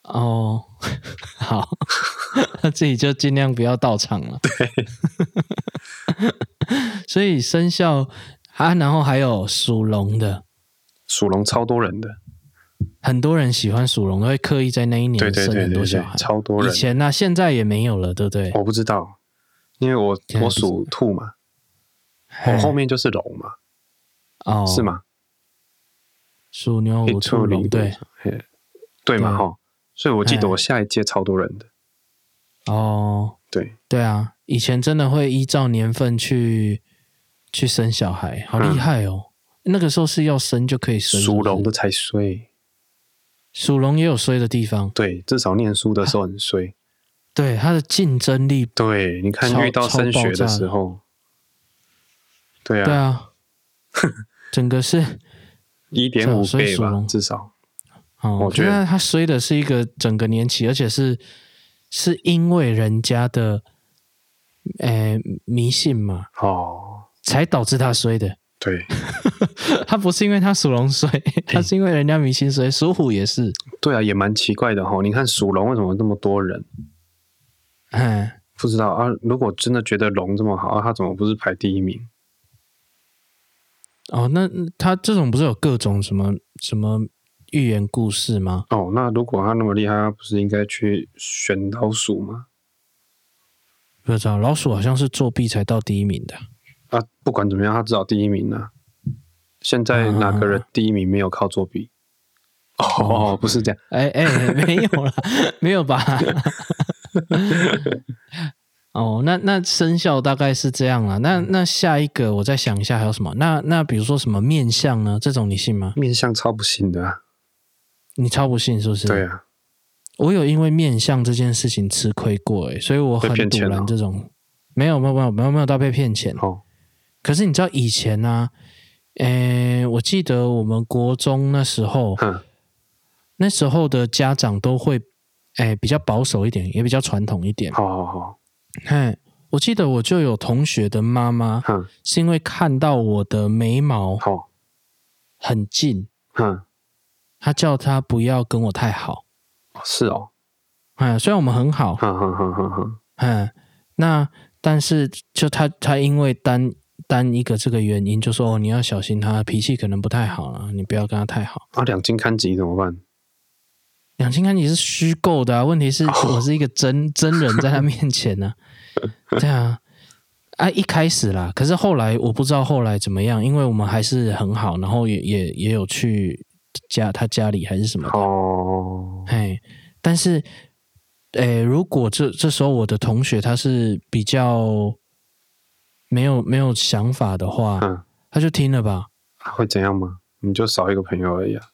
[SPEAKER 1] 哦，好，那自己就尽量不要到场了。对， 所以生肖啊，然后还有属龙的，
[SPEAKER 2] 属龙超多人的，
[SPEAKER 1] 很多人喜欢属龙，会刻意在那一
[SPEAKER 2] 对
[SPEAKER 1] 年
[SPEAKER 2] 对
[SPEAKER 1] 生
[SPEAKER 2] 对
[SPEAKER 1] 很
[SPEAKER 2] 对
[SPEAKER 1] 多小
[SPEAKER 2] 对
[SPEAKER 1] 孩，。
[SPEAKER 2] 超多人哦
[SPEAKER 1] 以，前呢、现在也没有了，对不对？
[SPEAKER 2] 我不知道，因为我
[SPEAKER 1] 现在
[SPEAKER 2] 我
[SPEAKER 1] 不知道
[SPEAKER 2] 属兔嘛，
[SPEAKER 1] 嘿
[SPEAKER 2] 我后面就是龙嘛，
[SPEAKER 1] 哦
[SPEAKER 2] 是？吗？
[SPEAKER 1] 属牛、
[SPEAKER 2] 黑
[SPEAKER 1] 虎、
[SPEAKER 2] 兔
[SPEAKER 1] 兔、龙，
[SPEAKER 2] 狸
[SPEAKER 1] 对，
[SPEAKER 2] 嘿对嘛
[SPEAKER 1] 对
[SPEAKER 2] 哈，所以我记
[SPEAKER 1] 哎
[SPEAKER 2] 得我下一届超多人的，
[SPEAKER 1] 哦，
[SPEAKER 2] 对，
[SPEAKER 1] 对啊，以前真的会依照年份去去生小孩，好厉害哦！那个时候是要生就可以生，
[SPEAKER 2] 嗯属龙
[SPEAKER 1] 是不
[SPEAKER 2] 的
[SPEAKER 1] 是，
[SPEAKER 2] 才衰，
[SPEAKER 1] 属龙也有衰的地方。
[SPEAKER 2] 对，至少念书的时候很衰，
[SPEAKER 1] 对，它的竞争力，
[SPEAKER 2] 对，你看
[SPEAKER 1] 超
[SPEAKER 2] 遇到升学的时候，对
[SPEAKER 1] 对
[SPEAKER 2] 啊，
[SPEAKER 1] 啊， 整个是
[SPEAKER 2] 一点五
[SPEAKER 1] 啊所以
[SPEAKER 2] 倍
[SPEAKER 1] 属
[SPEAKER 2] 吧
[SPEAKER 1] 龙，
[SPEAKER 2] 至少，
[SPEAKER 1] 哦，
[SPEAKER 2] 我觉得
[SPEAKER 1] 它衰的是一个整个年期，而且是是因为人家的诶迷信嘛，
[SPEAKER 2] 哦，
[SPEAKER 1] 才导致它衰的。
[SPEAKER 2] 对
[SPEAKER 1] 它不是因为它属龙 衰，它是因为人家迷信衰，属虎也是，
[SPEAKER 2] 对啊，也蛮奇怪的哈，你看属龙为什么那么多人？
[SPEAKER 1] 嗯。
[SPEAKER 2] 不知道啊，如果真的觉得龙这么好，啊、他怎么不是排第一名？
[SPEAKER 1] 哦，那他这种不是有各种什么什么寓言故事吗？
[SPEAKER 2] 哦，那如果他那么厉害，他不是应该去选老鼠吗？
[SPEAKER 1] 不知道，老鼠好像是作弊才到第一名的。
[SPEAKER 2] 啊，不管怎么样，他至少第一名啊。现在哪个
[SPEAKER 1] 啊
[SPEAKER 2] 人第一名没有靠作弊？哦，不是这样，
[SPEAKER 1] 哎哎，没有啦，没有吧？ 哦，那那生肖大概是这样啦。
[SPEAKER 2] 嗯
[SPEAKER 1] 那那下一个我再想一下还有什么？那那比如说什么面相呢？这种你信吗？
[SPEAKER 2] 面相超不信的啊。
[SPEAKER 1] 你超不信是不是？
[SPEAKER 2] 对啊，
[SPEAKER 1] 我有因为面相这件事情吃亏过、欸，所以我很
[SPEAKER 2] 被骗
[SPEAKER 1] 堵
[SPEAKER 2] 钱哦
[SPEAKER 1] 然这种。没有没有没有没有没有到被骗钱，
[SPEAKER 2] 哦，
[SPEAKER 1] 可是你知道以前呢、诶，我记得我们国中那时候，
[SPEAKER 2] 哼，
[SPEAKER 1] 那时候的家长都会，诶，比较保守一点，也比较传统一点。
[SPEAKER 2] 好好好，
[SPEAKER 1] 嘿，我记得我就有同学的妈妈
[SPEAKER 2] 哼，
[SPEAKER 1] 是因为看到我的眉毛
[SPEAKER 2] 好，
[SPEAKER 1] 很近，
[SPEAKER 2] 哼，哦
[SPEAKER 1] 她叫她不要跟我太好。
[SPEAKER 2] 是哦，
[SPEAKER 1] 哎，虽然我们很好，
[SPEAKER 2] 哼哼哼哼哼，
[SPEAKER 1] 嗯，那但是就他他因为单单一个这个原因，就说哦你要小心他脾气可能不太好了，你不要跟他太好。
[SPEAKER 2] 啊，两金看集怎么办？
[SPEAKER 1] 两性关系是虚构的啊，问 题是我是一个真真人在他面前呢、对啊，啊一开始啦，可是后来我不知道后来怎么样，因为我们还是很好，然后也也也有去家他家里还是什么的，
[SPEAKER 2] 哦，
[SPEAKER 1] 嘿，但是，诶，如果这这时候我的同学他是比较没有没有想法的话，
[SPEAKER 2] 嗯，
[SPEAKER 1] 他就听了吧。
[SPEAKER 2] 啊会怎样吗？你就少一个朋友而已啊，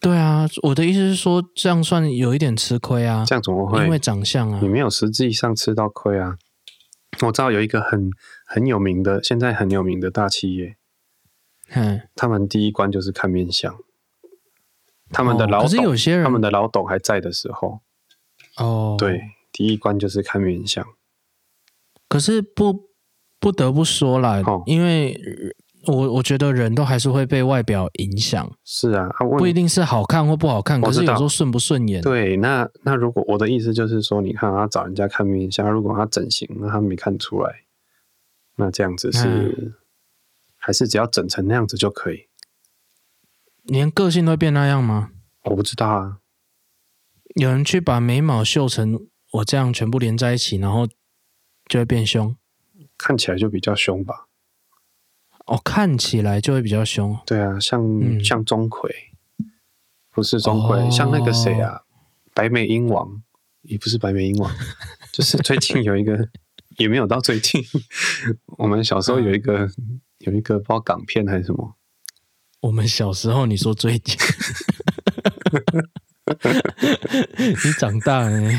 [SPEAKER 1] 对啊，我的意思是说，这样算有一点吃亏啊，
[SPEAKER 2] 这样怎么
[SPEAKER 1] 因为
[SPEAKER 2] 会？
[SPEAKER 1] 长相啊
[SPEAKER 2] 你，没有实际上吃到亏啊。我知道有一个很很有名的，现在很有名的大企业，
[SPEAKER 1] 嗯，
[SPEAKER 2] 他们第一关就是看面相。他们的
[SPEAKER 1] 哦
[SPEAKER 2] 老
[SPEAKER 1] 可是
[SPEAKER 2] 董，
[SPEAKER 1] 有些人
[SPEAKER 2] 他们的老董还在的时候，
[SPEAKER 1] 哦，，
[SPEAKER 2] 对，第一关就是看面相。
[SPEAKER 1] 可是不不得不说啦，
[SPEAKER 2] 哦
[SPEAKER 1] 因为呃我我觉得人都还是会被外表影响，
[SPEAKER 2] 是啊，啊，
[SPEAKER 1] 不一
[SPEAKER 2] 问
[SPEAKER 1] 定是好看或不好看，
[SPEAKER 2] 我
[SPEAKER 1] 可是
[SPEAKER 2] 知
[SPEAKER 1] 有
[SPEAKER 2] 道
[SPEAKER 1] 时候顺不顺眼，
[SPEAKER 2] 对，那那如果我的意思就是说，你看他啊找人家看面相，啊如果他整形，那他没看出来，那这样子是、
[SPEAKER 1] 嗯
[SPEAKER 2] 还是只要整成那样子就可以？
[SPEAKER 1] 连个性都会变那样吗？
[SPEAKER 2] 我不知道啊，
[SPEAKER 1] 有人去把眉毛绣成我这样全部连在一起，然后就会变凶。
[SPEAKER 2] 看起来就比较凶吧？
[SPEAKER 1] 哦，看起来就会比较凶。
[SPEAKER 2] 对啊，像、
[SPEAKER 1] 嗯哦
[SPEAKER 2] 像钟馗，不是钟馗，像那个谁啊，白眉鹰王，也不是白眉鹰王， 就是最近有一个，也没有到最近， 我们小时候有一个
[SPEAKER 1] 嗯
[SPEAKER 2] 有一个不知道港片还是什么，
[SPEAKER 1] 我们小时候，你说最近， 你长大了呢，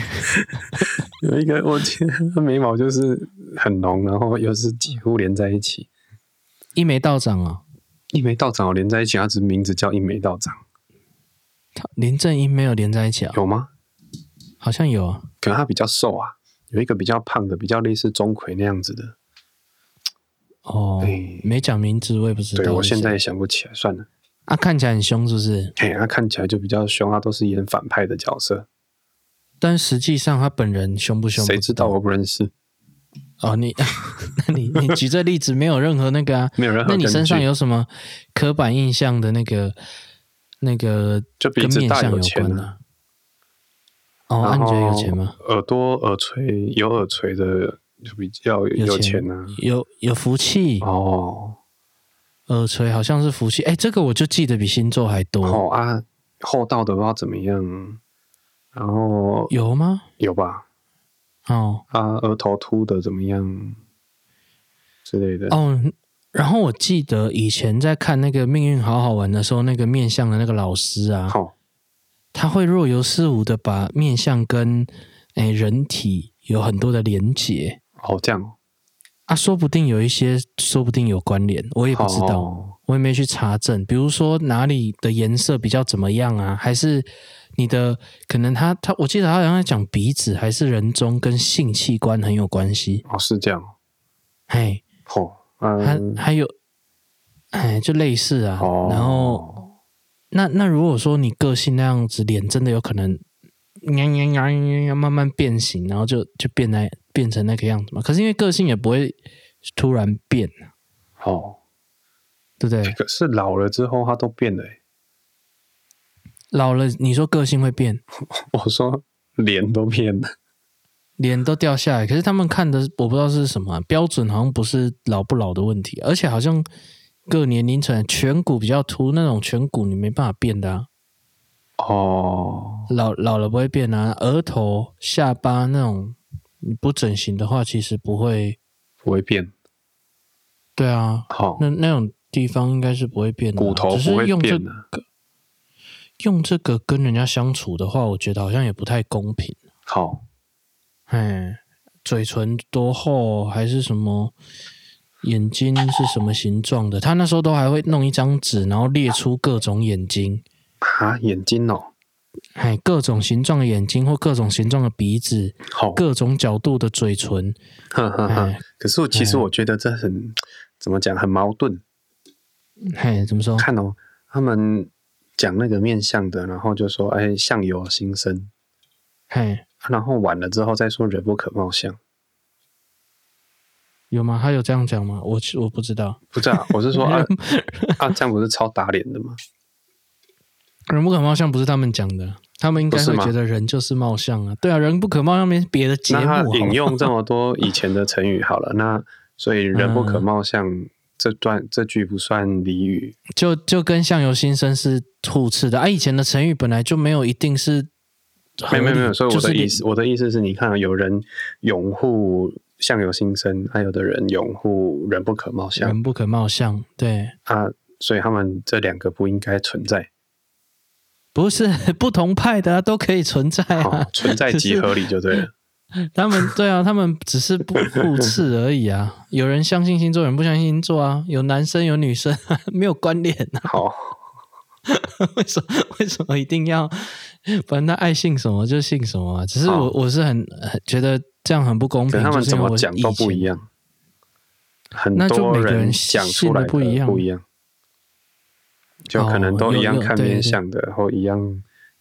[SPEAKER 2] 有一个我天，他眉毛就是很浓，然后又是几乎连在一起，
[SPEAKER 1] 一眉道长啊、
[SPEAKER 2] 一眉道长有连在一起，他只是名字叫一眉道长，
[SPEAKER 1] 他连正英没有连在一起啊，
[SPEAKER 2] 有吗？
[SPEAKER 1] 好像有啊，
[SPEAKER 2] 可能他比较瘦啊，有一个比较胖的，比较类似钟馗那样子的。
[SPEAKER 1] 哦
[SPEAKER 2] 哎，
[SPEAKER 1] 没讲名字，我也不知道是谁。
[SPEAKER 2] 对我现在也想不起来，算了。
[SPEAKER 1] 啊，看起来很凶，是不是？
[SPEAKER 2] 嘿，他看起来就比较凶，他都是演反派的角色，
[SPEAKER 1] 但实际上他本人凶不凶？
[SPEAKER 2] 谁
[SPEAKER 1] 不
[SPEAKER 2] 知道我不认识，
[SPEAKER 1] 哦，你， 那你你举这例子没有任何那个啊？
[SPEAKER 2] 没有任何
[SPEAKER 1] 那你
[SPEAKER 2] 根
[SPEAKER 1] 身上
[SPEAKER 2] 据
[SPEAKER 1] 有什么刻板印象的那个那个
[SPEAKER 2] 就鼻
[SPEAKER 1] 跟
[SPEAKER 2] 子
[SPEAKER 1] 面
[SPEAKER 2] 大
[SPEAKER 1] 相
[SPEAKER 2] 有
[SPEAKER 1] 有
[SPEAKER 2] 钱
[SPEAKER 1] 关的、
[SPEAKER 2] 啊，
[SPEAKER 1] 哦，啊，
[SPEAKER 2] 然
[SPEAKER 1] 你觉得有
[SPEAKER 2] 后
[SPEAKER 1] 钱吗？
[SPEAKER 2] 耳朵耳垂有耳垂的就比较有
[SPEAKER 1] 钱
[SPEAKER 2] 啊。
[SPEAKER 1] 有有福气，
[SPEAKER 2] 哦
[SPEAKER 1] 耳垂好像是福气。哎，这个我就记得比星座还多，
[SPEAKER 2] 哦啊，厚道的不知道怎么样，然后
[SPEAKER 1] 有吗？
[SPEAKER 2] 有吧
[SPEAKER 1] 哦
[SPEAKER 2] 啊，额头秃的怎么样之类的。
[SPEAKER 1] 哦，然后我记得以前在看那个《命运好好玩》的时候，那个面相的那个老师啊，
[SPEAKER 2] 好，
[SPEAKER 1] 他会若有似无的把面相跟诶人体有很多的连结
[SPEAKER 2] 哦这样哦，
[SPEAKER 1] 啊，说不定有一些，说不定有关联，我也不知道，
[SPEAKER 2] 哦
[SPEAKER 1] 我也没去查证。比如说哪里的颜色比较怎么样啊，还是你的可能他他，我记得他好像在讲鼻子还是人中跟性器官很有关系，
[SPEAKER 2] 哦是这样哦。
[SPEAKER 1] 嘿，
[SPEAKER 2] 哦，
[SPEAKER 1] 还、
[SPEAKER 2] 嗯，
[SPEAKER 1] 还有，哎，就类似啊，
[SPEAKER 2] 哦，
[SPEAKER 1] 然后。那那如果说你个性那样子，脸真的有可能，呀呀呀呀呀慢慢变形，然后就就变来变成那个样子嘛。可是因为个性也不会突然变，啊
[SPEAKER 2] 哦，
[SPEAKER 1] 对不对
[SPEAKER 2] 欸？可是老了之后他都变了欸、
[SPEAKER 1] 老了，你说个性会变，
[SPEAKER 2] 我说脸都变了，
[SPEAKER 1] 脸都掉下来。可是他们看的我不知道是什么啊、标准，好像不是老不老的问题，啊而且好像各年龄层颧骨比较凸，那种颧骨你没办法变的啊。
[SPEAKER 2] 哦，
[SPEAKER 1] 老老了不会变啊，额头、下巴那种你不整形的话，其实不会。
[SPEAKER 2] 不会变，
[SPEAKER 1] 对啊，
[SPEAKER 2] 好、
[SPEAKER 1] 那那种地方应该是不会变的啊、
[SPEAKER 2] 骨头
[SPEAKER 1] 只是
[SPEAKER 2] 不会
[SPEAKER 1] 用这
[SPEAKER 2] 变的，
[SPEAKER 1] 用这个跟人家相处的话，我觉得好像也不太公平。
[SPEAKER 2] 好，
[SPEAKER 1] 哎，嘴唇多厚还是什么？眼睛是什么形状的？他那时候都还会弄一张纸，然后列出各种眼睛，
[SPEAKER 2] 啊，眼睛哦，
[SPEAKER 1] 哎，各种形状的眼睛或各种形状的鼻子，
[SPEAKER 2] 好，
[SPEAKER 1] 各种角度的嘴唇，
[SPEAKER 2] 呵呵呵
[SPEAKER 1] 哎。
[SPEAKER 2] 可是我其实
[SPEAKER 1] 哎
[SPEAKER 2] 我觉得这很怎么讲，很矛盾。
[SPEAKER 1] 哎，怎么说？
[SPEAKER 2] 看哦，他们讲那个面相的，然后就说哎，相由心生，啊
[SPEAKER 1] 哎，
[SPEAKER 2] 然后晚了之后再说人不可貌相。
[SPEAKER 1] 有吗？他有这样讲吗？我我不知道。
[SPEAKER 2] 不是啊，我是 说啊啊，这样不是超打脸的吗？
[SPEAKER 1] 人不可貌相不是他们讲的，他们应该
[SPEAKER 2] 不是
[SPEAKER 1] 会
[SPEAKER 2] 吗
[SPEAKER 1] 觉得人就是貌相啊。对啊，人不可貌相，没别的节
[SPEAKER 2] 那
[SPEAKER 1] 目
[SPEAKER 2] 他
[SPEAKER 1] 好吗
[SPEAKER 2] 引用这么多以前的成语，好了，那 所以人不
[SPEAKER 1] 嗯
[SPEAKER 2] 可貌相、这段这句不算俚语
[SPEAKER 1] 就就跟相由心生是互斥的啊。以前的成语本来就没有一定是合理，
[SPEAKER 2] 没有没有没有，所以我
[SPEAKER 1] 就是
[SPEAKER 2] 的
[SPEAKER 1] 你
[SPEAKER 2] 意思，我的意思是你看啊，有人拥护相由心生，还有的人拥护人不可貌相
[SPEAKER 1] 人不可貌相，对，
[SPEAKER 2] 啊，所以他们这两个不应该存 在，
[SPEAKER 1] 不是 不同派的、啊、都可以存在
[SPEAKER 2] 哦
[SPEAKER 1] 啊，，
[SPEAKER 2] 存在即合理就对了。
[SPEAKER 1] 他们对啊，他们只是不互斥而已啊。有人相信星座，有人不相信星座啊，有男生有女生、啊， 没有关联啊。
[SPEAKER 2] 好，
[SPEAKER 1] 为什么为什么一定要？反正他爱信什么就信什么啊。只是我、
[SPEAKER 2] 哦
[SPEAKER 1] 我是很很觉得这样很不公平
[SPEAKER 2] 可是，他
[SPEAKER 1] 就
[SPEAKER 2] 们
[SPEAKER 1] 是
[SPEAKER 2] 怎
[SPEAKER 1] 因为
[SPEAKER 2] 么
[SPEAKER 1] 我
[SPEAKER 2] 讲都不一
[SPEAKER 1] 以前。
[SPEAKER 2] 样，很
[SPEAKER 1] 那就
[SPEAKER 2] 多
[SPEAKER 1] 每个人
[SPEAKER 2] 讲
[SPEAKER 1] 信
[SPEAKER 2] 出
[SPEAKER 1] 的
[SPEAKER 2] 来的
[SPEAKER 1] 不一样
[SPEAKER 2] 不一样，就可能都一样
[SPEAKER 1] 哦有有
[SPEAKER 2] 看
[SPEAKER 1] 对对
[SPEAKER 2] 面相的，或一样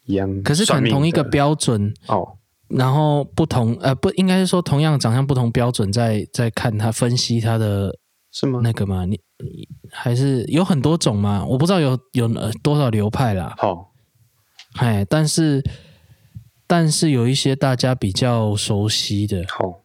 [SPEAKER 2] 一样，
[SPEAKER 1] 可是可能同一个标准，
[SPEAKER 2] 哦，
[SPEAKER 1] 然后不同呃不应该是说同样长相不同标准在在看他分析他的
[SPEAKER 2] 是吗？
[SPEAKER 1] 那个嘛，你你还是有很多种嘛，我不知道有有呃多少流派啦，
[SPEAKER 2] 好，
[SPEAKER 1] 哎，但是但是有一些大家比较熟悉的，
[SPEAKER 2] 好，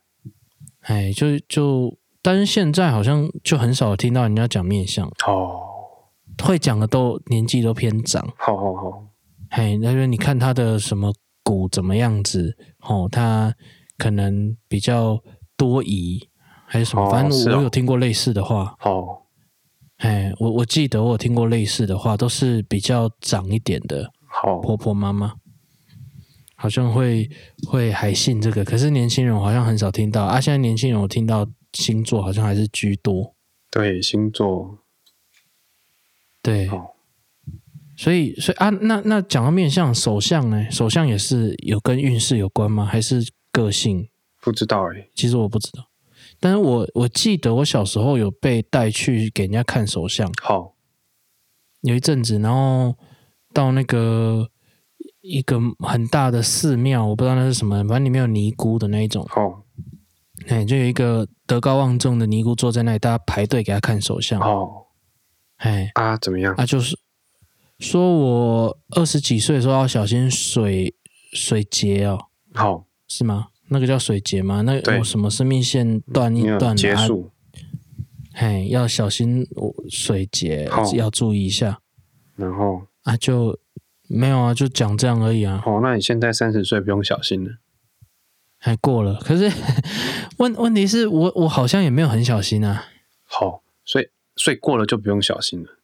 [SPEAKER 1] 哎，就就，但是现在好像就很少听到人家讲面相，
[SPEAKER 2] 好，
[SPEAKER 1] 会讲的都年纪都偏长。
[SPEAKER 2] 好好好，
[SPEAKER 1] 哎，那边你看他的什么股怎么样子，哦，它可能比较多疑还是什么，
[SPEAKER 2] 哦
[SPEAKER 1] 反
[SPEAKER 2] 是
[SPEAKER 1] 正
[SPEAKER 2] 哦
[SPEAKER 1] 我我有听过类似的话，
[SPEAKER 2] 哦
[SPEAKER 1] 哎、我我记得我有听过类似的话，都是比较长一点的
[SPEAKER 2] 好
[SPEAKER 1] 婆婆妈妈，好像会会还信这个，可是年轻人我好像很少听到啊，现在年轻人我听到星座好像还是居多，
[SPEAKER 2] 对星座
[SPEAKER 1] 对，
[SPEAKER 2] 哦，
[SPEAKER 1] 所以，所以啊，那那讲到面相，手相呢？手相也是有跟运势有关吗？还是个性？
[SPEAKER 2] 不知道哎、
[SPEAKER 1] 其实我不知道，但是我我记得我小时候有被带去给人家看手相，
[SPEAKER 2] 好
[SPEAKER 1] 有一阵子，然后到那个一个很大的寺庙，我不知道那是什么，反正里面有尼姑的那一种，
[SPEAKER 2] 好
[SPEAKER 1] 哎，就有一个德高望重的尼姑坐在那里，大家排队给他看手相，
[SPEAKER 2] 好
[SPEAKER 1] 哎，
[SPEAKER 2] 啊，怎么样？
[SPEAKER 1] 啊，就是说我二十几岁的时候要小心水水结哦，
[SPEAKER 2] 好，
[SPEAKER 1] 是吗？那个叫水结吗？那
[SPEAKER 2] 对
[SPEAKER 1] 我什么生命线断一
[SPEAKER 2] 你有
[SPEAKER 1] 断
[SPEAKER 2] 结
[SPEAKER 1] 啊？
[SPEAKER 2] 束
[SPEAKER 1] 嘿，要小心我水结
[SPEAKER 2] 好，
[SPEAKER 1] 要注意一下
[SPEAKER 2] 然后
[SPEAKER 1] 啊！就没有啊，就讲这样而已啊，
[SPEAKER 2] 哦，那你现在三十岁不用小心了
[SPEAKER 1] 还过了。可是 问问题是我我好像也没有很小心啊，
[SPEAKER 2] 好，所以所以过了就不用小心了，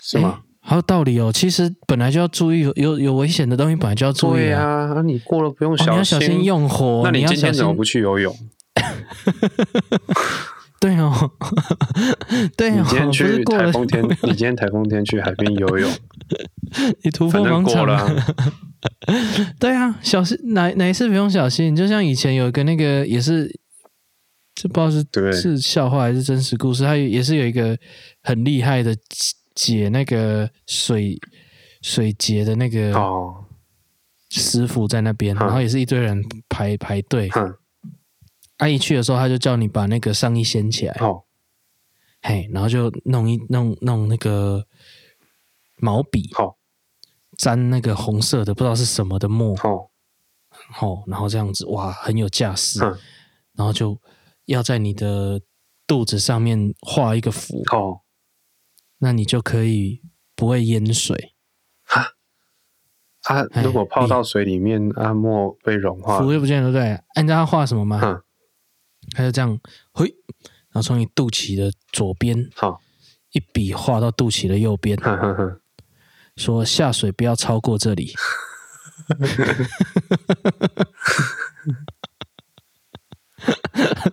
[SPEAKER 2] 是吗？
[SPEAKER 1] 好有道理哦。其实本来就要注意，有有有危险的东西本来就要注意
[SPEAKER 2] 对呀、啊，那、你过了不用
[SPEAKER 1] 哦你要小心用火，
[SPEAKER 2] 那
[SPEAKER 1] 你
[SPEAKER 2] 你
[SPEAKER 1] 要
[SPEAKER 2] 今
[SPEAKER 1] 小
[SPEAKER 2] 天
[SPEAKER 1] 心
[SPEAKER 2] 怎么不去游泳？
[SPEAKER 1] 对哦， 对
[SPEAKER 2] 你
[SPEAKER 1] 哦，
[SPEAKER 2] 今天
[SPEAKER 1] 不是
[SPEAKER 2] 去
[SPEAKER 1] 过了
[SPEAKER 2] 台风 天，你今天台风天去海边游泳，
[SPEAKER 1] 你突破
[SPEAKER 2] 反正
[SPEAKER 1] 盲
[SPEAKER 2] 过
[SPEAKER 1] 场
[SPEAKER 2] 了啊、
[SPEAKER 1] 对啊，小心哪哪一次不用小心？就像以前有一个那个也是，这不知道是
[SPEAKER 2] 对
[SPEAKER 1] 是笑话还是真实故事，他也是有一个很厉害的解那个水水结的那个
[SPEAKER 2] 哦，
[SPEAKER 1] 师傅在那边，
[SPEAKER 2] 哈
[SPEAKER 1] 然后也是一堆人排排队。
[SPEAKER 2] 哼，
[SPEAKER 1] 阿姨去的时候，他就叫你把那个上衣掀起来，
[SPEAKER 2] 好，
[SPEAKER 1] 嘿，然后就弄一弄弄那个毛笔，
[SPEAKER 2] 好，
[SPEAKER 1] 沾那个红色的不知道是什么的墨，
[SPEAKER 2] 好，
[SPEAKER 1] 哦，然后这样子，哇，很有架势，
[SPEAKER 2] 哼，
[SPEAKER 1] 然后就要在你的肚子上面画一个符，
[SPEAKER 2] 好，
[SPEAKER 1] 那你就可以不会淹水，
[SPEAKER 2] 啊，
[SPEAKER 1] 哎
[SPEAKER 2] 如果泡到水里面，啊，墨被融化，
[SPEAKER 1] 符又不见了，对不哎对？按照他画什么吗？
[SPEAKER 2] 哼，
[SPEAKER 1] 他就这样，嘿，然后从你肚脐的左边
[SPEAKER 2] 好，
[SPEAKER 1] 一笔画到肚脐的右边，
[SPEAKER 2] 哼 哼哼，
[SPEAKER 1] 说下水不要超过这里。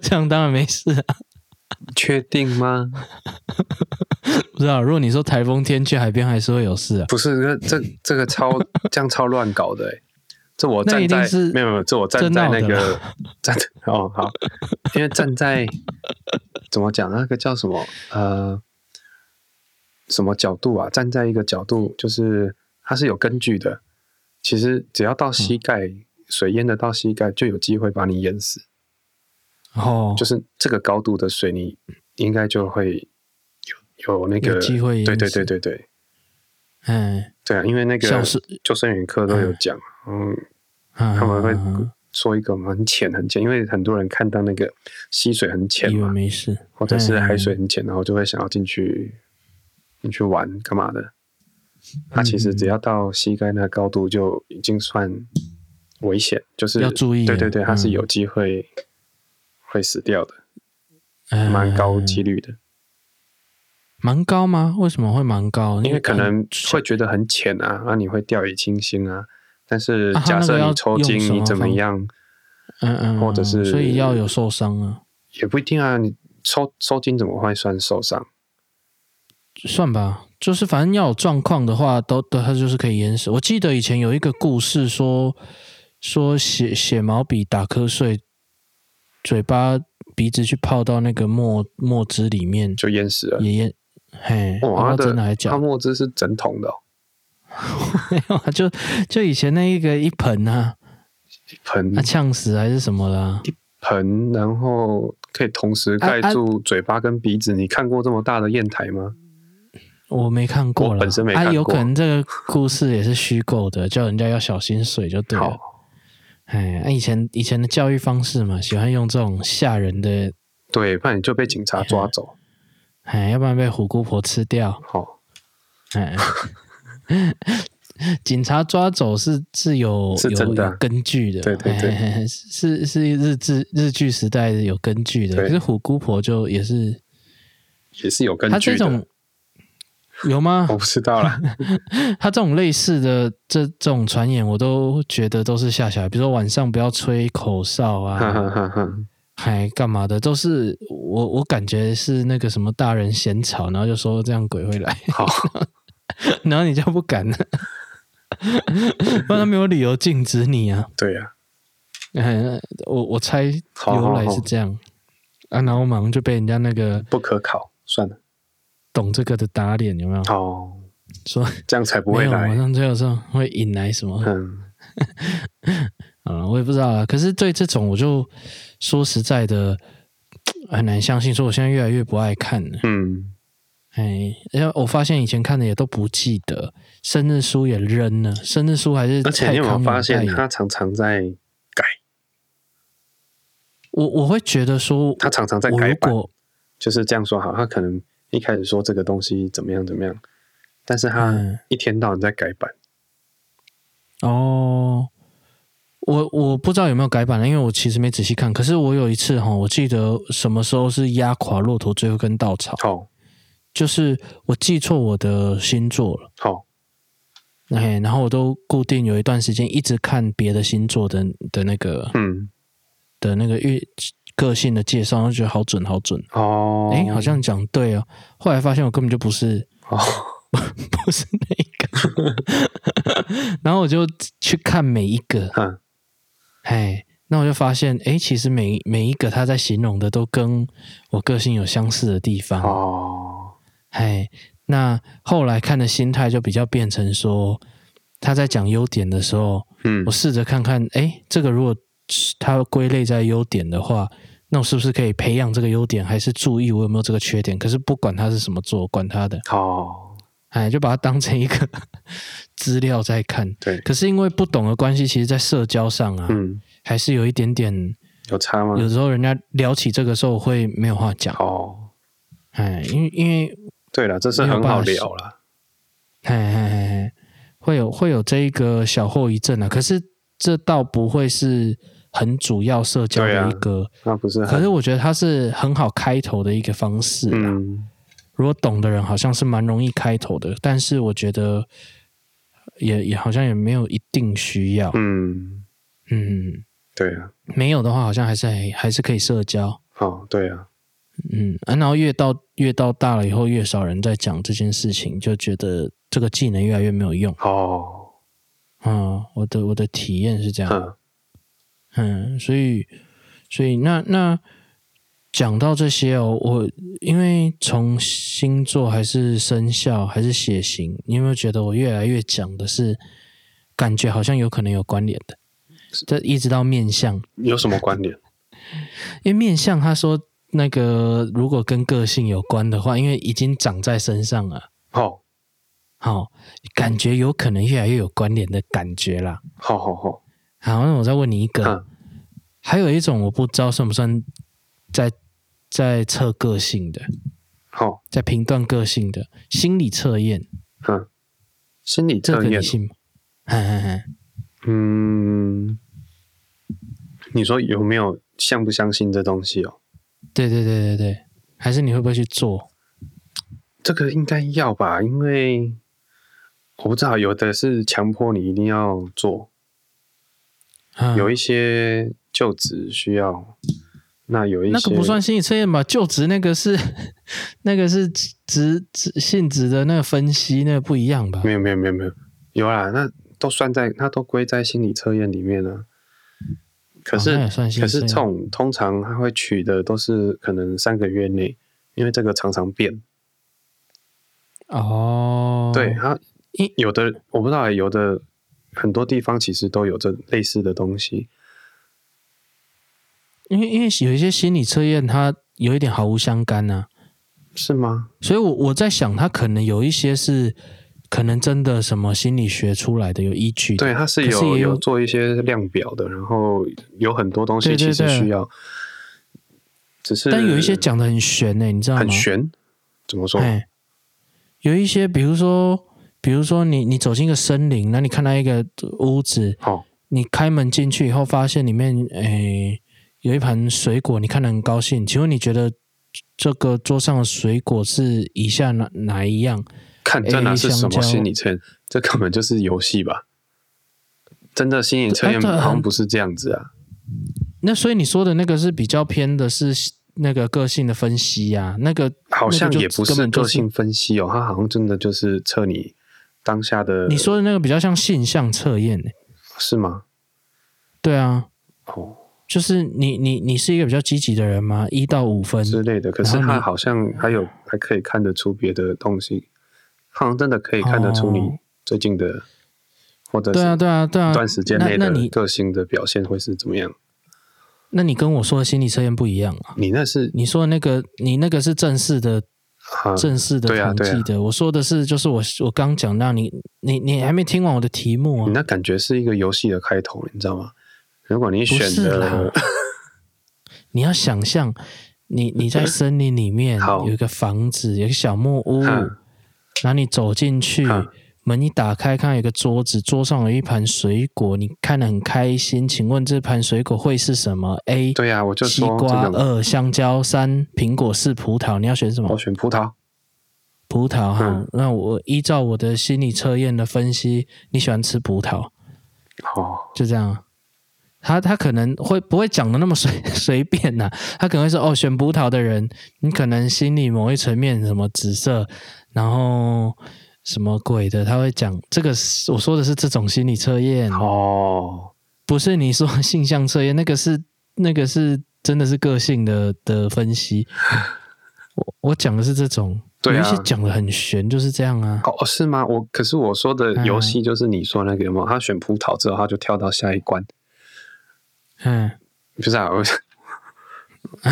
[SPEAKER 1] 这样当然没事啊，
[SPEAKER 2] 确定吗？
[SPEAKER 1] 不知道。如果你说台风天去海边，还是会有事啊。
[SPEAKER 2] 不是，这这这个 超这样超乱搞的、欸，这我
[SPEAKER 1] 那
[SPEAKER 2] 站
[SPEAKER 1] 一定
[SPEAKER 2] 在
[SPEAKER 1] 是
[SPEAKER 2] 没有没有，这我站
[SPEAKER 1] 真
[SPEAKER 2] 在
[SPEAKER 1] 闹
[SPEAKER 2] 那
[SPEAKER 1] 的
[SPEAKER 2] 个 站哦好，因为站在怎么讲那个叫什么呃什么角度啊？站在一个角度，就是它是有根据的。其实只要到膝盖，水淹得到膝盖，就有机会把你淹死。
[SPEAKER 1] 哦，
[SPEAKER 2] 就是这个高度的水，你应该就会有有那个
[SPEAKER 1] 有机会淹
[SPEAKER 2] 对对
[SPEAKER 1] 死
[SPEAKER 2] 对对对。
[SPEAKER 1] 嗯，
[SPEAKER 2] 对啊，因为那个
[SPEAKER 1] 小时
[SPEAKER 2] 救生员课都有讲，嗯，
[SPEAKER 1] 他
[SPEAKER 2] 他们会
[SPEAKER 1] 嗯
[SPEAKER 2] 说一个嘛，很浅很浅，因为很多人看到那个溪水很浅
[SPEAKER 1] 以为
[SPEAKER 2] 嘛，
[SPEAKER 1] 没事，
[SPEAKER 2] 或者是
[SPEAKER 1] 嗯
[SPEAKER 2] 海水很浅，然后就会想要进去进去玩干嘛的。它其实
[SPEAKER 1] 嗯
[SPEAKER 2] 只要到膝盖那高度就已经算危险，就是
[SPEAKER 1] 要注意
[SPEAKER 2] 对
[SPEAKER 1] 了
[SPEAKER 2] 对对，它是
[SPEAKER 1] 嗯
[SPEAKER 2] 有机会会死掉的，
[SPEAKER 1] 嗯
[SPEAKER 2] 蛮高
[SPEAKER 1] 嗯
[SPEAKER 2] 几率的。
[SPEAKER 1] 蛮高吗？为什么会蛮高？
[SPEAKER 2] 因为可能
[SPEAKER 1] 小
[SPEAKER 2] 会觉得很浅啊，那、你会掉以轻心啊。但是
[SPEAKER 1] 啊
[SPEAKER 2] 假
[SPEAKER 1] 那
[SPEAKER 2] 设
[SPEAKER 1] 个要
[SPEAKER 2] 你抽筋，
[SPEAKER 1] 用什么
[SPEAKER 2] 你怎么
[SPEAKER 1] 方
[SPEAKER 2] 样
[SPEAKER 1] 嗯嗯，
[SPEAKER 2] 或者是
[SPEAKER 1] 所以要有受伤啊，
[SPEAKER 2] 也不一定啊。你抽抽筋怎么会算受伤？
[SPEAKER 1] 算吧，就是反正要有状况的话，都都它就是可以淹死。我记得以前有一个故事说说写写毛笔打瞌睡，嘴巴鼻子去泡到那个墨墨汁里面
[SPEAKER 2] 就淹死了。
[SPEAKER 1] 也淹。嘿，我不
[SPEAKER 2] 哇，
[SPEAKER 1] 知道
[SPEAKER 2] 他
[SPEAKER 1] 真的还
[SPEAKER 2] 的
[SPEAKER 1] 是假
[SPEAKER 2] 他
[SPEAKER 1] 的？
[SPEAKER 2] 墨汁是整桶的、哦，
[SPEAKER 1] 没有啊，就就以前那一个一盆啊，
[SPEAKER 2] 一盆
[SPEAKER 1] 啊呛死还是什么啦？
[SPEAKER 2] 盆，然后可以同时盖
[SPEAKER 1] 啊啊
[SPEAKER 2] 住嘴巴跟鼻子。你看过这么大的砚台吗？
[SPEAKER 1] 我没看过了，
[SPEAKER 2] 我本身没看过
[SPEAKER 1] 啊，有可能这个故事也是虚构的，叫人家要小心水就对了。
[SPEAKER 2] 好，
[SPEAKER 1] 哎，啊以前以前的教育方式嘛，喜欢用这种吓人的，
[SPEAKER 2] 对，不然你就被警察抓走。
[SPEAKER 1] 哎，要不然被虎姑婆吃掉。
[SPEAKER 2] 好，
[SPEAKER 1] 哎， 警察抓走是是有
[SPEAKER 2] 是真的啊
[SPEAKER 1] 有有根据的，
[SPEAKER 2] 对对对
[SPEAKER 1] 嘿嘿嘿 是是日治日剧时代有根据的。
[SPEAKER 2] 对
[SPEAKER 1] 可是虎姑婆就也是，
[SPEAKER 2] 也是有根
[SPEAKER 1] 她这
[SPEAKER 2] 据的
[SPEAKER 1] 种。有吗
[SPEAKER 2] 我？不知道啦，
[SPEAKER 1] 她这种类似的这这种传言，我都觉得都是吓小孩，比如说晚上不要吹口哨
[SPEAKER 2] 哈
[SPEAKER 1] 啊，
[SPEAKER 2] 哈哈哈。
[SPEAKER 1] 还干嘛的，都是我我感觉是那个什么大人嫌吵，然后就说这样鬼会来，
[SPEAKER 2] 好，
[SPEAKER 1] 然后你就不敢了， 不然他没有理由禁止你啊。
[SPEAKER 2] 对呀、
[SPEAKER 1] 嗯，我我猜
[SPEAKER 2] 好
[SPEAKER 1] 由来
[SPEAKER 2] 好
[SPEAKER 1] 是
[SPEAKER 2] 好
[SPEAKER 1] 这样啊，然后马上就被人家那个
[SPEAKER 2] 不可考，算了。
[SPEAKER 1] 懂这个的打脸，有没有？
[SPEAKER 2] 哦，
[SPEAKER 1] 说
[SPEAKER 2] 这样才不
[SPEAKER 1] 没
[SPEAKER 2] 会
[SPEAKER 1] 有，啊晚
[SPEAKER 2] 来。
[SPEAKER 1] 上最后说会引来什么？
[SPEAKER 2] 嗯，
[SPEAKER 1] 啊，我也不知道啊。可是对这种，我就说实在的很难相信，所以我现在越来越不爱看了。
[SPEAKER 2] 嗯，
[SPEAKER 1] 哎，因为我发现以前看的也都不记得，生日书也扔了，生日书还是
[SPEAKER 2] 而且你
[SPEAKER 1] 蔡
[SPEAKER 2] 有没有
[SPEAKER 1] 康永
[SPEAKER 2] 发
[SPEAKER 1] 代
[SPEAKER 2] 现，
[SPEAKER 1] 言。
[SPEAKER 2] 他常常在改，
[SPEAKER 1] 我我会觉得说，
[SPEAKER 2] 他常常在
[SPEAKER 1] 我
[SPEAKER 2] 改
[SPEAKER 1] 如
[SPEAKER 2] 版。
[SPEAKER 1] 果
[SPEAKER 2] 就是这样说好，他可能一开始说这个东西怎么样怎么样，但是他
[SPEAKER 1] 嗯
[SPEAKER 2] 一天到晚在改版。
[SPEAKER 1] 哦，我我不知道有没有改版了，因为我其实没仔细看。可是我有一次哈，我记得什么时候是压垮骆驼最后一根稻草，
[SPEAKER 2] 好
[SPEAKER 1] 就是我记错我的星座了。
[SPEAKER 2] 好
[SPEAKER 1] 哎，然后我都固定有一段时间一直看别的星座的的那个
[SPEAKER 2] 嗯，
[SPEAKER 1] 的那个运个性的介绍，然后觉得好准好准。
[SPEAKER 2] 哦，
[SPEAKER 1] 哎，好像讲对哦。后来发现我根本就不是
[SPEAKER 2] 哦，
[SPEAKER 1] 不是那一 个，然后我就去看每一个，
[SPEAKER 2] 嗯，
[SPEAKER 1] 哎，那我就发现，哎，其实每每一个他在形容的都跟我个性有相似的地方，
[SPEAKER 2] 哦，
[SPEAKER 1] 哎，那后来看的心态就比较变成说，他在讲优点的时候，
[SPEAKER 2] 嗯
[SPEAKER 1] 我，试着看看，哎，这个如果他归类在优点的话，那我是不是可以培养这个优点，还是注意我有没有这个缺点？可是不管他是什么做，管他的，
[SPEAKER 2] 好，
[SPEAKER 1] 哎，就把它当成一个 资料在看。
[SPEAKER 2] 对，
[SPEAKER 1] 可是因为不懂的关系，其实，在社交上啊，
[SPEAKER 2] 嗯，
[SPEAKER 1] 还是有一点点。
[SPEAKER 2] 有差吗？
[SPEAKER 1] 有时候人家聊起这个时候我会没有话讲，
[SPEAKER 2] 哦，
[SPEAKER 1] 哎，因为因为
[SPEAKER 2] 对了，这是
[SPEAKER 1] 没有
[SPEAKER 2] 很好
[SPEAKER 1] 办法
[SPEAKER 2] 聊啦。
[SPEAKER 1] 哎哎哎哎，会有会有这一个小后遗症啊。可是这倒不会是很主要社交
[SPEAKER 2] 对啊
[SPEAKER 1] 的一个，
[SPEAKER 2] 那不是
[SPEAKER 1] 可
[SPEAKER 2] 很
[SPEAKER 1] 是我觉得它是很好开头的一个方式啊。
[SPEAKER 2] 嗯，
[SPEAKER 1] 如果懂的人好像是蛮容易开头的，但是我觉得也也好像也没有一定需要，
[SPEAKER 2] 嗯，
[SPEAKER 1] 嗯，
[SPEAKER 2] 对啊，
[SPEAKER 1] 没有的话好像还是还还是可以社交。
[SPEAKER 2] 哦，对啊，
[SPEAKER 1] 嗯、啊，然后越到越到大了以后，越少人在讲这件事情，就觉得这个技能越来越没有用。
[SPEAKER 2] 哦，
[SPEAKER 1] 嗯，我的我的体验是这样。
[SPEAKER 2] 嗯，
[SPEAKER 1] 嗯，所以所以那那讲到这些哦，我因为从星座还是生肖还是血型，你有没有觉得我越来越讲的是感觉好像有可能有关联的？这一直到面相，
[SPEAKER 2] 有什么关联？
[SPEAKER 1] 因为面相他说那个如果跟个性有关的话，因为已经长在身上了。
[SPEAKER 2] 好，
[SPEAKER 1] 好、感觉有可能越来越有关联的感觉啦。
[SPEAKER 2] 好好好，
[SPEAKER 1] 好，那我再问你一个，
[SPEAKER 2] 嗯，
[SPEAKER 1] 还有一种我不知道算不算在在测个性的，
[SPEAKER 2] 好，
[SPEAKER 1] 在评断个性的心理测验，
[SPEAKER 2] 嗯，心理
[SPEAKER 1] 这
[SPEAKER 2] 测
[SPEAKER 1] 个
[SPEAKER 2] 验
[SPEAKER 1] 你，信吗？嘿嘿嘿
[SPEAKER 2] 嗯，你说有没有相不相信这东西哦？
[SPEAKER 1] 对对对对对，还是你会不会去做？
[SPEAKER 2] 这个应该要吧，因为我不知道，有的是强迫你一定要做，
[SPEAKER 1] 啊
[SPEAKER 2] 有一些就职需要，那有一些
[SPEAKER 1] 那个不算心理测验吧？就职那个是那个是职职性质的那个分析，那个不一样吧？
[SPEAKER 2] 没有没有没有没有有啦，那都算在那都归在心理测验里面了、可是、
[SPEAKER 1] 哦那也算心
[SPEAKER 2] 可
[SPEAKER 1] 理测
[SPEAKER 2] 是
[SPEAKER 1] 验
[SPEAKER 2] 这种通常他会取的都是可能三个月内，因为这个常常变。
[SPEAKER 1] 哦，
[SPEAKER 2] 对，它
[SPEAKER 1] 因
[SPEAKER 2] 有的我不知道欸，有的很多地方其实都有这类似的东西。
[SPEAKER 1] 因为因为有一些心理测验，它有一点毫无相干呐、
[SPEAKER 2] 是吗？
[SPEAKER 1] 所以我我在想，它可能有一些是可能真的什么心理学出来的有依据的，
[SPEAKER 2] 对，它是
[SPEAKER 1] 可
[SPEAKER 2] 有
[SPEAKER 1] 是也有
[SPEAKER 2] 有做一些量表的，然后有很多东西
[SPEAKER 1] 对对
[SPEAKER 2] 其实
[SPEAKER 1] 对
[SPEAKER 2] 需要，只是
[SPEAKER 1] 但有一些讲欸的很玄呢、你知道吗？哎
[SPEAKER 2] 很玄，怎么说？
[SPEAKER 1] 哎，有一些比如说比如说你你走进一个森林，那你看到一个屋子，
[SPEAKER 2] 哦，
[SPEAKER 1] 你开门进去以后，发现里面诶有一盘水果，你看得很高兴。请问你觉得这个桌上的水果是以下哪哪一样？
[SPEAKER 2] 看这哪
[SPEAKER 1] A
[SPEAKER 2] 是什
[SPEAKER 1] 哎香蕉
[SPEAKER 2] 么心理测验？这根本就是游戏吧？真的心理测验
[SPEAKER 1] 啊对啊
[SPEAKER 2] 好像不是这样子啊。
[SPEAKER 1] 那所以你说的那个是比较偏的是那个个性的分析呀、那个
[SPEAKER 2] 好像
[SPEAKER 1] 那个
[SPEAKER 2] 也
[SPEAKER 1] 就
[SPEAKER 2] 不
[SPEAKER 1] 根
[SPEAKER 2] 是
[SPEAKER 1] 本就
[SPEAKER 2] 个性分析哦，它好像真的就是测你当下的，
[SPEAKER 1] 你说的那个比较像性向测验、欸，
[SPEAKER 2] 是吗？
[SPEAKER 1] 对啊，
[SPEAKER 2] 哦
[SPEAKER 1] 就是你你你是一个比较积极的人吗？一到五分，
[SPEAKER 2] 之类的，可
[SPEAKER 1] 嗯
[SPEAKER 2] 是
[SPEAKER 1] 然后
[SPEAKER 2] 它
[SPEAKER 1] 你
[SPEAKER 2] 好像还有还可以看得出别的东西，好像真的可以看得出
[SPEAKER 1] 哦
[SPEAKER 2] 你最近的、或者
[SPEAKER 1] 对啊
[SPEAKER 2] 是
[SPEAKER 1] 对啊对啊，
[SPEAKER 2] 一段时间内
[SPEAKER 1] 那那
[SPEAKER 2] 的
[SPEAKER 1] 你
[SPEAKER 2] 个性的表现会是怎么样？
[SPEAKER 1] 那你跟我说的心理测验不一样啊。
[SPEAKER 2] 你那是
[SPEAKER 1] 你说的那个，你那个是正式的、
[SPEAKER 2] 啊，
[SPEAKER 1] 正式的
[SPEAKER 2] 对啊
[SPEAKER 1] 统
[SPEAKER 2] 对啊
[SPEAKER 1] 计的。我说的是，就是我我刚讲到你，你你还没听完我的题目
[SPEAKER 2] 你
[SPEAKER 1] 啊？
[SPEAKER 2] 那感觉是一个游戏的开头，你知道吗？如果你
[SPEAKER 1] 不
[SPEAKER 2] 选
[SPEAKER 1] 是啦
[SPEAKER 2] 的，
[SPEAKER 1] 你要想象，你你在森林里面
[SPEAKER 2] 嗯好
[SPEAKER 1] 有一个房子，有一个小木屋，
[SPEAKER 2] 嗯
[SPEAKER 1] 然后你走进去
[SPEAKER 2] 嗯，
[SPEAKER 1] 门一打开，看到有个桌子，桌上有一盘水果，你看得很开心。请问这盘水果会是什么？A.
[SPEAKER 2] 对啊，我就
[SPEAKER 1] 西
[SPEAKER 2] 说
[SPEAKER 1] 瓜
[SPEAKER 2] 这种，
[SPEAKER 1] 二香蕉三苹果四葡萄，你要选什么
[SPEAKER 2] 我？选葡萄，
[SPEAKER 1] 葡萄哈，
[SPEAKER 2] 哦嗯
[SPEAKER 1] 那我依照我的心理测验的分析，你喜欢吃葡萄，
[SPEAKER 2] 哦，
[SPEAKER 1] 就这样啊。他他可能会不会讲的那么随 随便呐、他可能会说哦，选葡萄的人，你可能心里某一层面什么紫色，然后什么鬼的，他会讲这个是。我说的是这种心理测验，
[SPEAKER 2] 哦，
[SPEAKER 1] 不是你说性向测验，那个是那个是真的是个性的的分析。我我讲的是这种，
[SPEAKER 2] 对
[SPEAKER 1] 有
[SPEAKER 2] 啊
[SPEAKER 1] 一些讲的很玄，就是这样啊。
[SPEAKER 2] 哦，是吗？我可是我说的
[SPEAKER 1] 嗯
[SPEAKER 2] 游戏就是你说那个有没有？他选葡萄之后，他就跳到下一关，
[SPEAKER 1] 嗯，
[SPEAKER 2] 不是啊？我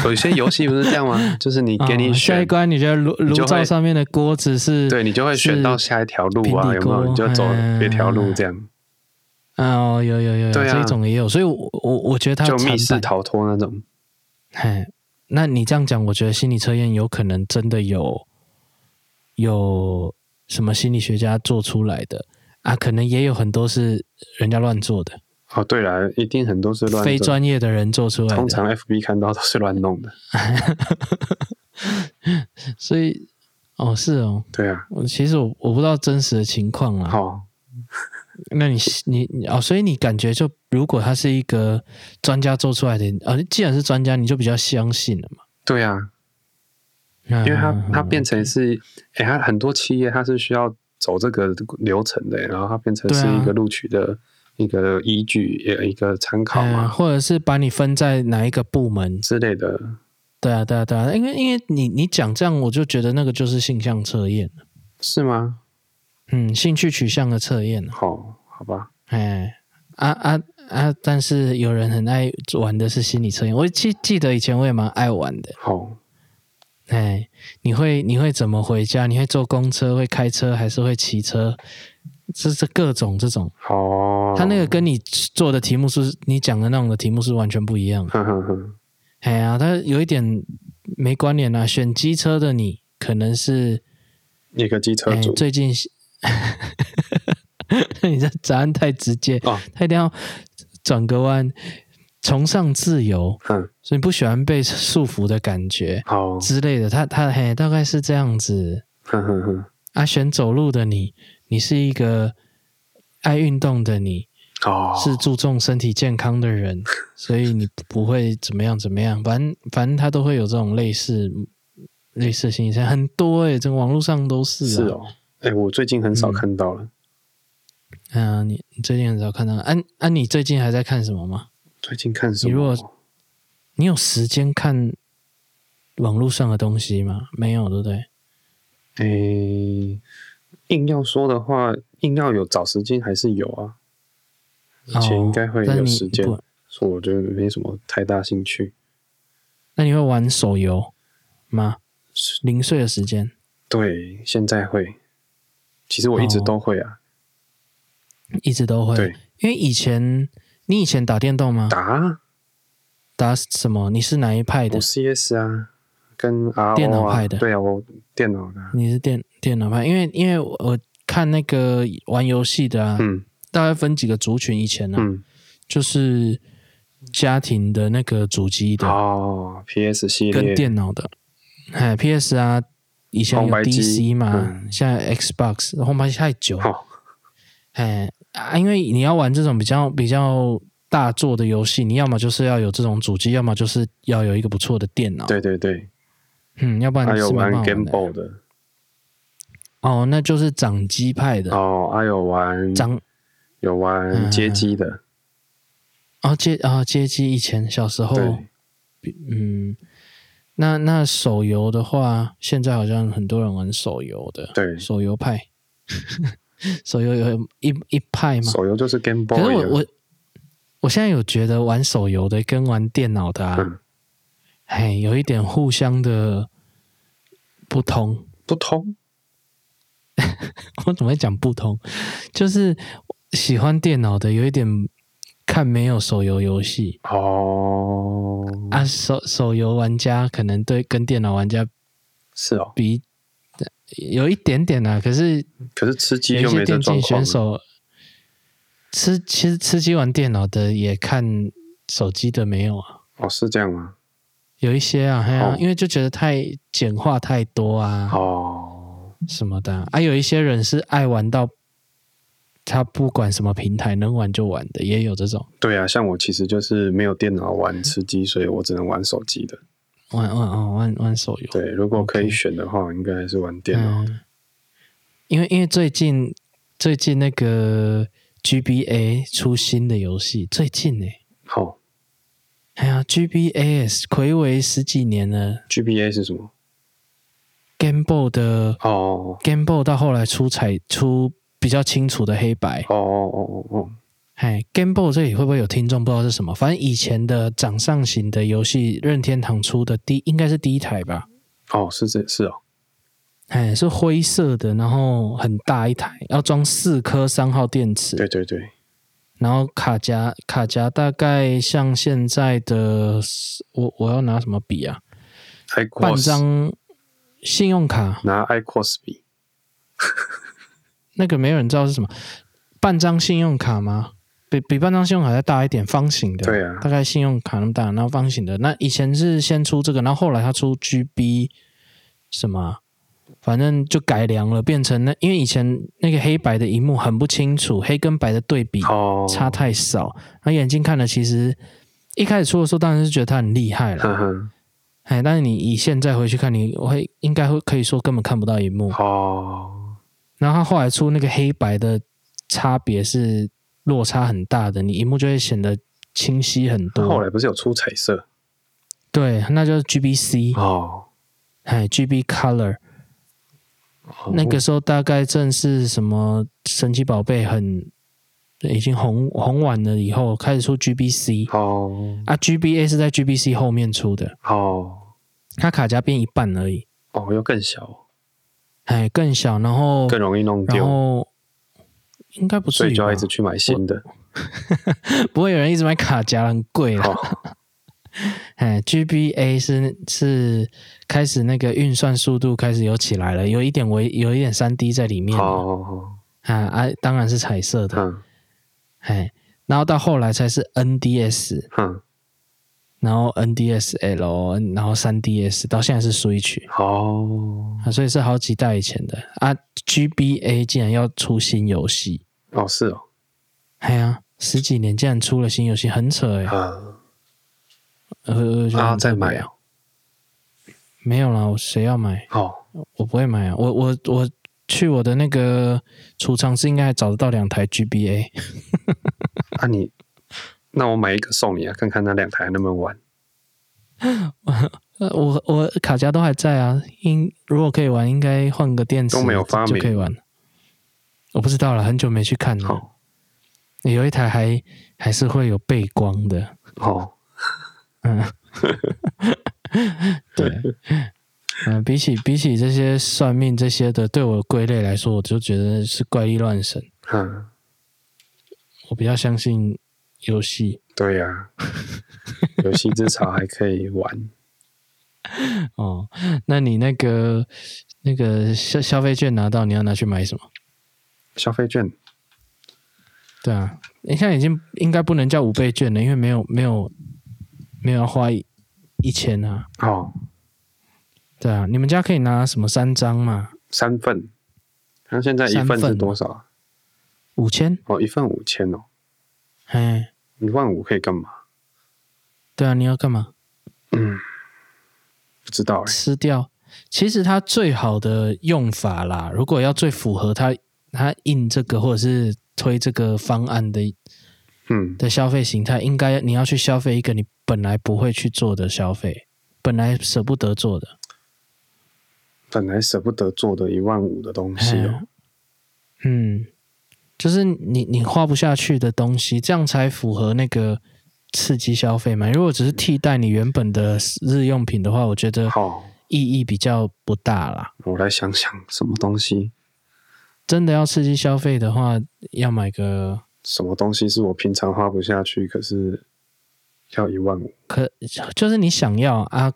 [SPEAKER 2] 有些游戏不是这 样吗？就是你给你
[SPEAKER 1] 哦下
[SPEAKER 2] 选，
[SPEAKER 1] 一关，你觉得炉
[SPEAKER 2] 你
[SPEAKER 1] 炉
[SPEAKER 2] 就会
[SPEAKER 1] 灶上面的锅子是？
[SPEAKER 2] 对你就会选到下一条路啊，
[SPEAKER 1] 是平底
[SPEAKER 2] 有
[SPEAKER 1] 锅哎
[SPEAKER 2] 没有？你就走别条路这样，
[SPEAKER 1] 啊、哦，有有有有，
[SPEAKER 2] 对啊
[SPEAKER 1] 这种也有，所以我我我觉得它
[SPEAKER 2] 就
[SPEAKER 1] 有
[SPEAKER 2] 密室
[SPEAKER 1] 参半。
[SPEAKER 2] 逃脱那种。
[SPEAKER 1] 嘿，那你这样讲，我觉得心理测验有可能真的有有什么心理学家做出来的啊，可能也有很多是人家乱做的，
[SPEAKER 2] 哦，对了，一定很多是乱
[SPEAKER 1] 非
[SPEAKER 2] 做，
[SPEAKER 1] 专业的人做出来
[SPEAKER 2] 通
[SPEAKER 1] 的，
[SPEAKER 2] 常 FB 看到都是乱弄的。
[SPEAKER 1] 所以哦是哦，
[SPEAKER 2] 对啊，哦
[SPEAKER 1] 我其实我我不知道真实的情况啊。
[SPEAKER 2] 好，
[SPEAKER 1] 那你你你哦，所以你感觉就如果他是一个专家做出来的，呃、既然是专家，你就比较相信了嘛？
[SPEAKER 2] 对啊，
[SPEAKER 1] 因
[SPEAKER 2] 因为它
[SPEAKER 1] 啊
[SPEAKER 2] 它变成是，哎、它很多企业它是需要走这个流程的，然后它变成
[SPEAKER 1] 对啊
[SPEAKER 2] 是一个录取的一个依据，也一个参考
[SPEAKER 1] 嗯，
[SPEAKER 2] 嘛、
[SPEAKER 1] 或者是把你分在哪一个部门？
[SPEAKER 2] 之类的。
[SPEAKER 1] 对啊，对啊，对啊，因为因为你你讲这样，我就觉得那个就是性向测验，
[SPEAKER 2] 是吗？
[SPEAKER 1] 嗯，兴趣取向的测验啊，
[SPEAKER 2] 好、好吧，
[SPEAKER 1] 哎，啊啊啊！但是有人很爱玩的是心理测验，我记记得以前我也蛮爱玩的，
[SPEAKER 2] 好、
[SPEAKER 1] 哎，你会你会怎么回家？你会坐公车，会开车，还是会骑车？这是各种这种，
[SPEAKER 2] 好、哦啊
[SPEAKER 1] 他那个，跟你做的题目是你讲的那种的题目是完全不一样的。
[SPEAKER 2] 哼哼哼，
[SPEAKER 1] 哎呀，他有一点没关联啊。选机车的你可能是
[SPEAKER 2] 一个机车
[SPEAKER 1] 哎
[SPEAKER 2] 主、
[SPEAKER 1] 最近， 你这答案太直接，
[SPEAKER 2] 哦，
[SPEAKER 1] 他一定要转个弯，崇尚自由，
[SPEAKER 2] 嗯，
[SPEAKER 1] 所以不喜欢被束缚的感觉
[SPEAKER 2] 好，啊
[SPEAKER 1] 之类的。他他嘿，大概是这样子。
[SPEAKER 2] 哼哼哼，
[SPEAKER 1] 啊，选走路的你，你是一个爱运动的你，
[SPEAKER 2] 哦，
[SPEAKER 1] 是啊注重身体健康的人， 所以你不会怎么样怎么样。反正反正他都会有这种类似类似的心理测验很多诶、欸，整个网络上都是、啊。
[SPEAKER 2] 是哦，哎、我最近很少看到了，
[SPEAKER 1] 嗯、你你最近很少看到，安、啊、安、你最近还在看什么吗？
[SPEAKER 2] 最近看什么？
[SPEAKER 1] 你如果你有时间看网络上的东西吗？没有，对不对？
[SPEAKER 2] 诶，哎硬要说的话，硬要有找时间还是有啊，以前应该会
[SPEAKER 1] 哦但
[SPEAKER 2] 有
[SPEAKER 1] 你
[SPEAKER 2] 时间，
[SPEAKER 1] 不
[SPEAKER 2] 所以我觉得没什么太大兴趣。
[SPEAKER 1] 那你会玩手游吗？零碎的时间，
[SPEAKER 2] 对，现在会，其实我一直
[SPEAKER 1] 哦
[SPEAKER 2] 都会啊，
[SPEAKER 1] 一直都会。哦
[SPEAKER 2] 对，
[SPEAKER 1] 因为以前你以前打电动吗？
[SPEAKER 2] 打啊
[SPEAKER 1] 打什么？你是哪一派的
[SPEAKER 2] 我？CS 啊，跟 RO 啊，
[SPEAKER 1] 电脑派的
[SPEAKER 2] 对啊，我电脑的啊，
[SPEAKER 1] 你是电电脑派，因为因为我我看那个玩游戏的啊，
[SPEAKER 2] 嗯
[SPEAKER 1] 大概分几个族群。以前呢、
[SPEAKER 2] 嗯，
[SPEAKER 1] 就是家庭的那个主机的，
[SPEAKER 2] 哦，PS 系
[SPEAKER 1] 跟
[SPEAKER 2] 列，
[SPEAKER 1] 电脑的，哎，PS 啊，以前有
[SPEAKER 2] 红白机
[SPEAKER 1] DC 嘛，
[SPEAKER 2] 嗯
[SPEAKER 1] 现在 Xbox 红白机太久，
[SPEAKER 2] 哦，
[SPEAKER 1] 哎、啊，因为你要玩这种比较比较大作的游戏，你要么就是要有这种主机，要么就是要有一个不错的电脑，
[SPEAKER 2] 对对对，
[SPEAKER 1] 嗯，要不然
[SPEAKER 2] 还
[SPEAKER 1] 你
[SPEAKER 2] 有
[SPEAKER 1] 是没办
[SPEAKER 2] 玩
[SPEAKER 1] 法玩
[SPEAKER 2] Game
[SPEAKER 1] 的
[SPEAKER 2] Boy 的，
[SPEAKER 1] 哦，那就是掌机派的，
[SPEAKER 2] 哦，还有玩
[SPEAKER 1] 掌
[SPEAKER 2] 有玩街机的，
[SPEAKER 1] 哦街啊街机，以前小时候，
[SPEAKER 2] 对，
[SPEAKER 1] 嗯，那那手游的话，现在好像很多人玩手游的，
[SPEAKER 2] 对
[SPEAKER 1] 手游派， 手游有一一派嘛，
[SPEAKER 2] 手游就是 Game
[SPEAKER 1] 可
[SPEAKER 2] Boy
[SPEAKER 1] 是我
[SPEAKER 2] 啊
[SPEAKER 1] 我我现在有觉得玩手游的跟玩电脑的啊
[SPEAKER 2] 嗯，
[SPEAKER 1] 嘿，有一点互相的不同。
[SPEAKER 2] 不通，
[SPEAKER 1] 我怎么会讲不同？就是喜欢电脑的有一点看没有手游游戏
[SPEAKER 2] 哦，
[SPEAKER 1] 啊，手手游玩家可能对跟电脑玩家
[SPEAKER 2] 是哦，
[SPEAKER 1] 比有一点点啊，可是
[SPEAKER 2] 可是吃鸡
[SPEAKER 1] 有一
[SPEAKER 2] 就
[SPEAKER 1] 些
[SPEAKER 2] 没这
[SPEAKER 1] 电竞
[SPEAKER 2] 状况
[SPEAKER 1] 选
[SPEAKER 2] 了，
[SPEAKER 1] 手吃其实吃鸡玩电脑的也看手机的没有啊。
[SPEAKER 2] 哦，是这样吗？
[SPEAKER 1] 有一些啊，嘿啊
[SPEAKER 2] 哦
[SPEAKER 1] 因为就觉得太简化太多啊，
[SPEAKER 2] 哦，
[SPEAKER 1] 什么的啊啊有一些人是爱玩到他不管什么平台能玩就玩的，也有这种
[SPEAKER 2] 对啊，像我其实就是没有电脑玩吃鸡，所以我只能玩手机的。
[SPEAKER 1] 玩玩玩玩玩手游。
[SPEAKER 2] 对，如果可以
[SPEAKER 1] OK
[SPEAKER 2] 选的话，应该还是玩电脑。
[SPEAKER 1] 嗯，因为因为最近最近那个 GBA 出新的游戏，最近呢、
[SPEAKER 2] 好、
[SPEAKER 1] 哎呀，GBA 暌违十几年了
[SPEAKER 2] g b a 是什么？
[SPEAKER 1] ，Game Boy 的
[SPEAKER 2] 哦
[SPEAKER 1] Game Boy 到后来出彩出比较清楚的黑白
[SPEAKER 2] 哦，哦哦哦
[SPEAKER 1] 哎，Game Boy 这里会不会有听众不知道是什么？反正以前的掌上型的游戏，任天堂出的第应该是第一台吧？
[SPEAKER 2] 哦，哦，是这是哦，
[SPEAKER 1] 哎，是灰色的，然后很大一台，要装四颗三号电池，
[SPEAKER 2] 对对对，
[SPEAKER 1] 然后卡夹卡夹大概像现在的我我要拿什么比啊？
[SPEAKER 2] i
[SPEAKER 1] 半
[SPEAKER 2] cos
[SPEAKER 1] 张信用卡
[SPEAKER 2] 拿 i cos 比，
[SPEAKER 1] 那个没有人知道是什么，半张信用卡吗？比比半张信用卡再大一点，方形的。
[SPEAKER 2] 对啊
[SPEAKER 1] 大概信用卡那么大，然后方形的。那以前是先出这个，然后后来它出 GB 什么啊，反正就改良了，变成那因为以前那个黑白的荧幕很不清楚，黑跟白的对比
[SPEAKER 2] 哦，
[SPEAKER 1] 差太少，然后眼睛看了其实。一开始出的时候，当然是觉得它很厉害了，
[SPEAKER 2] 呵呵，
[SPEAKER 1] 哎，但是你以现在回去看，你会应该会可以说根本看不到荧幕。
[SPEAKER 2] 哦，
[SPEAKER 1] 然后他后来出那个黑白的差别是落差很大的，你荧幕就会显得清晰很
[SPEAKER 2] 后
[SPEAKER 1] 多。
[SPEAKER 2] 来不是有出彩色
[SPEAKER 1] 对，那就是 GBC，
[SPEAKER 2] 哦，
[SPEAKER 1] 哎，GB Color，
[SPEAKER 2] 哦
[SPEAKER 1] 那个时候大概正是什么神奇宝贝很已经红红完了以后，开始出 GBC
[SPEAKER 2] 哦
[SPEAKER 1] 啊，GBA 是在 GBC 后面出的，
[SPEAKER 2] 哦
[SPEAKER 1] 它卡夹变一半而已，
[SPEAKER 2] 哦，又更小，
[SPEAKER 1] 哎，更小，然后
[SPEAKER 2] 更容易弄
[SPEAKER 1] 然
[SPEAKER 2] 丢，
[SPEAKER 1] 后应该不
[SPEAKER 2] 所
[SPEAKER 1] 至
[SPEAKER 2] 以
[SPEAKER 1] 于
[SPEAKER 2] 就要
[SPEAKER 1] 吧
[SPEAKER 2] 一直，去买新的。
[SPEAKER 1] 不会有人一直买卡夹，很贵啦。
[SPEAKER 2] 哦
[SPEAKER 1] 哎，GBA 是是开始那个运算速度开始有起来了，有一点微有一点三 D 在里面了
[SPEAKER 2] 哦，
[SPEAKER 1] 啊啊，当然是彩色的，
[SPEAKER 2] 嗯
[SPEAKER 1] 哎，然后到后来才是 NDS，
[SPEAKER 2] 嗯，
[SPEAKER 1] 然后 NDSL，然后 3DS，到现在是 Switch
[SPEAKER 2] 哦
[SPEAKER 1] 啊，所以是好几代以前的啊。GBA 竟然要出新游戏，
[SPEAKER 2] 哦是哦，
[SPEAKER 1] 哎呀，十几年竟然出了新游戏，很扯哎、
[SPEAKER 2] 啊
[SPEAKER 1] 呃，
[SPEAKER 2] 啊再买
[SPEAKER 1] 啊
[SPEAKER 2] 啊？
[SPEAKER 1] 没有啦，我谁要买？
[SPEAKER 2] 哦
[SPEAKER 1] 我不会买啊，我我我去我的那个储藏室应该还找得到两台 GBA，
[SPEAKER 2] 啊你，那我买一个送你啊，看看那两台能不能玩。
[SPEAKER 1] 呃我我卡夹都还在啊，应如果可以玩，应该换个电池
[SPEAKER 2] 都没有发明
[SPEAKER 1] 就可以玩了。我不知道了，很久没去看了。
[SPEAKER 2] 好
[SPEAKER 1] 有一台还还是会有背光 的，
[SPEAKER 2] 哦。
[SPEAKER 1] 嗯， 对，嗯、比起比起这些算命这些的，对我归类来说，我就觉得是怪力乱神，
[SPEAKER 2] 嗯，
[SPEAKER 1] 我比较相信游戏。
[SPEAKER 2] 对呀、游戏之潮还可以玩。
[SPEAKER 1] 哦，那你那个那个消消费券拿到，你要拿去买什么？
[SPEAKER 2] 消费券，
[SPEAKER 1] 对啊，你现在已经应该不能叫五倍券了，因为没有没有没有要花一一千啊。
[SPEAKER 2] 哦，
[SPEAKER 1] 对啊，你们家可以拿什么三张嘛？
[SPEAKER 2] 三份，那现在一
[SPEAKER 1] 三
[SPEAKER 2] 份是
[SPEAKER 1] 份
[SPEAKER 2] 多少啊？
[SPEAKER 1] 五千？
[SPEAKER 2] 哦，一份五千哦，
[SPEAKER 1] 哎，
[SPEAKER 2] 一万五可以干嘛？
[SPEAKER 1] 对啊，你要干嘛？
[SPEAKER 2] 嗯，不知道哎、
[SPEAKER 1] 吃掉？其实它最好的用法啦，如果要最符合它它印这个或者是推这个方案的
[SPEAKER 2] 嗯，
[SPEAKER 1] 的消费形态，应该你要去消费一个你本来不会去做的消费，本来舍不得做的。
[SPEAKER 2] 本来舍不得做的一万五的东西哦，
[SPEAKER 1] 嗯，就是你你花不下去的东西，这样才符合那个刺激消费嘛。如果只是替代你原本的日用品的话，我觉得
[SPEAKER 2] 好，
[SPEAKER 1] 意义比较不大啦。
[SPEAKER 2] 我来想想什么东西，
[SPEAKER 1] 真的要刺激消费的话，要买个
[SPEAKER 2] 什么东西是我平常花不下去，可是要一万五，
[SPEAKER 1] 可就是你想要啊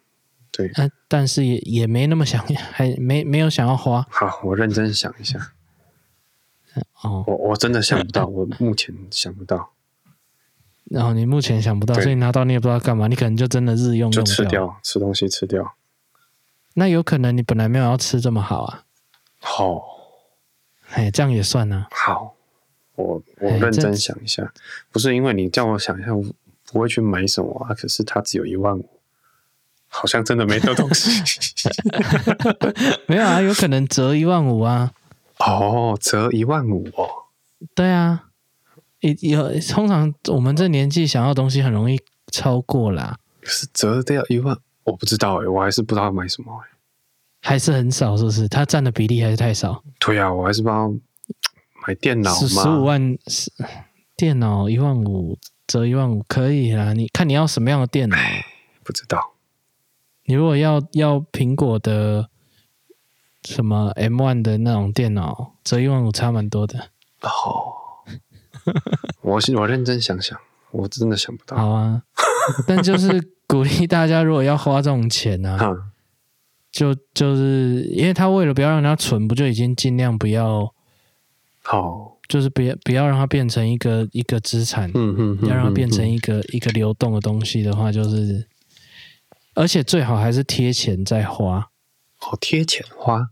[SPEAKER 2] 对，
[SPEAKER 1] 啊，但是也也没那么想要，还没没有想要花
[SPEAKER 2] 好，我认真想一下，
[SPEAKER 1] 哦。
[SPEAKER 2] 我我真的想 不到，我目前想不到，
[SPEAKER 1] 然后你目前想不到，
[SPEAKER 2] 对
[SPEAKER 1] 所以拿到你也不知道干嘛，你可能就真的日用
[SPEAKER 2] 就
[SPEAKER 1] 用
[SPEAKER 2] 吃
[SPEAKER 1] 掉。
[SPEAKER 2] 掉，吃东西吃掉，
[SPEAKER 1] 那有可能你本来没有要吃这么好啊，
[SPEAKER 2] 好，
[SPEAKER 1] 哎，这样也算啊。
[SPEAKER 2] 好，我我
[SPEAKER 1] 哎
[SPEAKER 2] 认
[SPEAKER 1] 这
[SPEAKER 2] 真想一下，不是因为你叫我想一下，我不会去买什么啊，可是它只有一万五，好像真的没得东西，
[SPEAKER 1] 没有啊，有可能折一万五啊。
[SPEAKER 2] 哦，折一万五哦，
[SPEAKER 1] 对啊，一有通常我们这年纪想要的东西很容易超过啦，
[SPEAKER 2] 是折掉一万，我不知道哎、我还是不知道买什么、欸。
[SPEAKER 1] 还是很少，是不是？它占的比例还是太少，
[SPEAKER 2] 对啊，我还是不知道买电脑
[SPEAKER 1] 十
[SPEAKER 2] 嘛，
[SPEAKER 1] 十五万是电脑一万五折一万五可以啦。你看你要什么样的电脑？啊
[SPEAKER 2] 不知道。
[SPEAKER 1] 你如果要要苹果的什么 M One 的那种电脑，折一万五差蛮多的。
[SPEAKER 2] 哦，我是我认真想想，我真的想不到。
[SPEAKER 1] 好啊， 但就是鼓励大家，如果要花这种钱呢、啊，
[SPEAKER 2] 哈，
[SPEAKER 1] 就就是因为他为了不要让它蠢，不就已经尽量不要，
[SPEAKER 2] 好，
[SPEAKER 1] 就是不要不要让它变成一个一个资产，
[SPEAKER 2] 嗯嗯，嗯
[SPEAKER 1] 要让它变成
[SPEAKER 2] 嗯
[SPEAKER 1] 一个一个流动的东西的话，就是，而且最好还是贴钱再花。
[SPEAKER 2] 哦贴钱花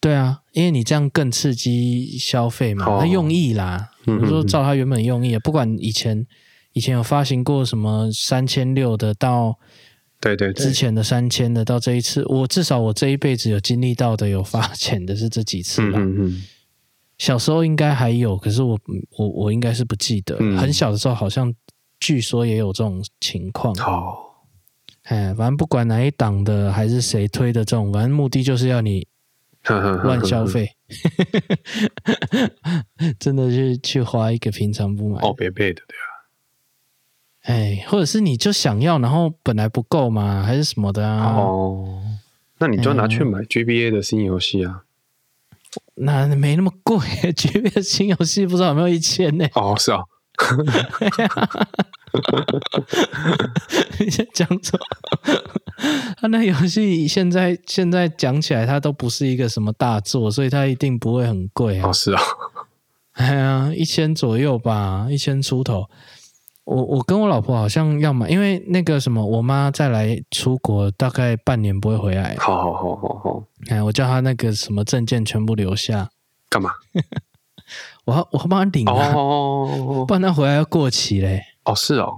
[SPEAKER 1] 对啊，因为你这样更刺激消费嘛，
[SPEAKER 2] 哦
[SPEAKER 1] 它用意啦，
[SPEAKER 2] 嗯嗯
[SPEAKER 1] 我说
[SPEAKER 2] 嗯
[SPEAKER 1] 照它原本用意，不管以前以前有发行过什么三千六的到
[SPEAKER 2] 对对对
[SPEAKER 1] 之，前的三千的到这一次，我至少我这一辈子有经历到的有发钱的是这几次
[SPEAKER 2] 嗯
[SPEAKER 1] 啦。
[SPEAKER 2] 嗯嗯，
[SPEAKER 1] 小时候应该还有，可是我我我应该是不记得了，
[SPEAKER 2] 嗯
[SPEAKER 1] 很小的时候好像据说也有这种情况。
[SPEAKER 2] 好，
[SPEAKER 1] 哎，反正不管哪一档的还是谁推的这种，反正目的就是要 你
[SPEAKER 2] 乱
[SPEAKER 1] 乱消费， 真的是去花一个平常不买的
[SPEAKER 2] 哦，别背的对啊，
[SPEAKER 1] 哎，或者是你就想要，然后本来不够嘛，还是什么的啊？嗯
[SPEAKER 2] 哦，那你就拿去买 GBA 的新游戏啊。
[SPEAKER 1] 那没那么贵， 绝别新游戏不知道有没有一千呢？
[SPEAKER 2] 哦，是啊，
[SPEAKER 1] 你先讲什么？他那游戏现在现在讲起来，它都不是一个什么大作，所以它一定不会很贵啊
[SPEAKER 2] 哦。是啊，
[SPEAKER 1] 哎呀，一千左右吧，一千出头。我我跟我老婆好像要买，因为那个什么，我妈再来出国大概半年不会回来，
[SPEAKER 2] 好好好好好，
[SPEAKER 1] 哎，我叫她那个什么证件全部留下，
[SPEAKER 2] 干嘛？
[SPEAKER 1] 我要我要帮她领
[SPEAKER 2] 哦
[SPEAKER 1] 啊，
[SPEAKER 2] 哦
[SPEAKER 1] 不然她回来要过期嘞。
[SPEAKER 2] 哦是哦，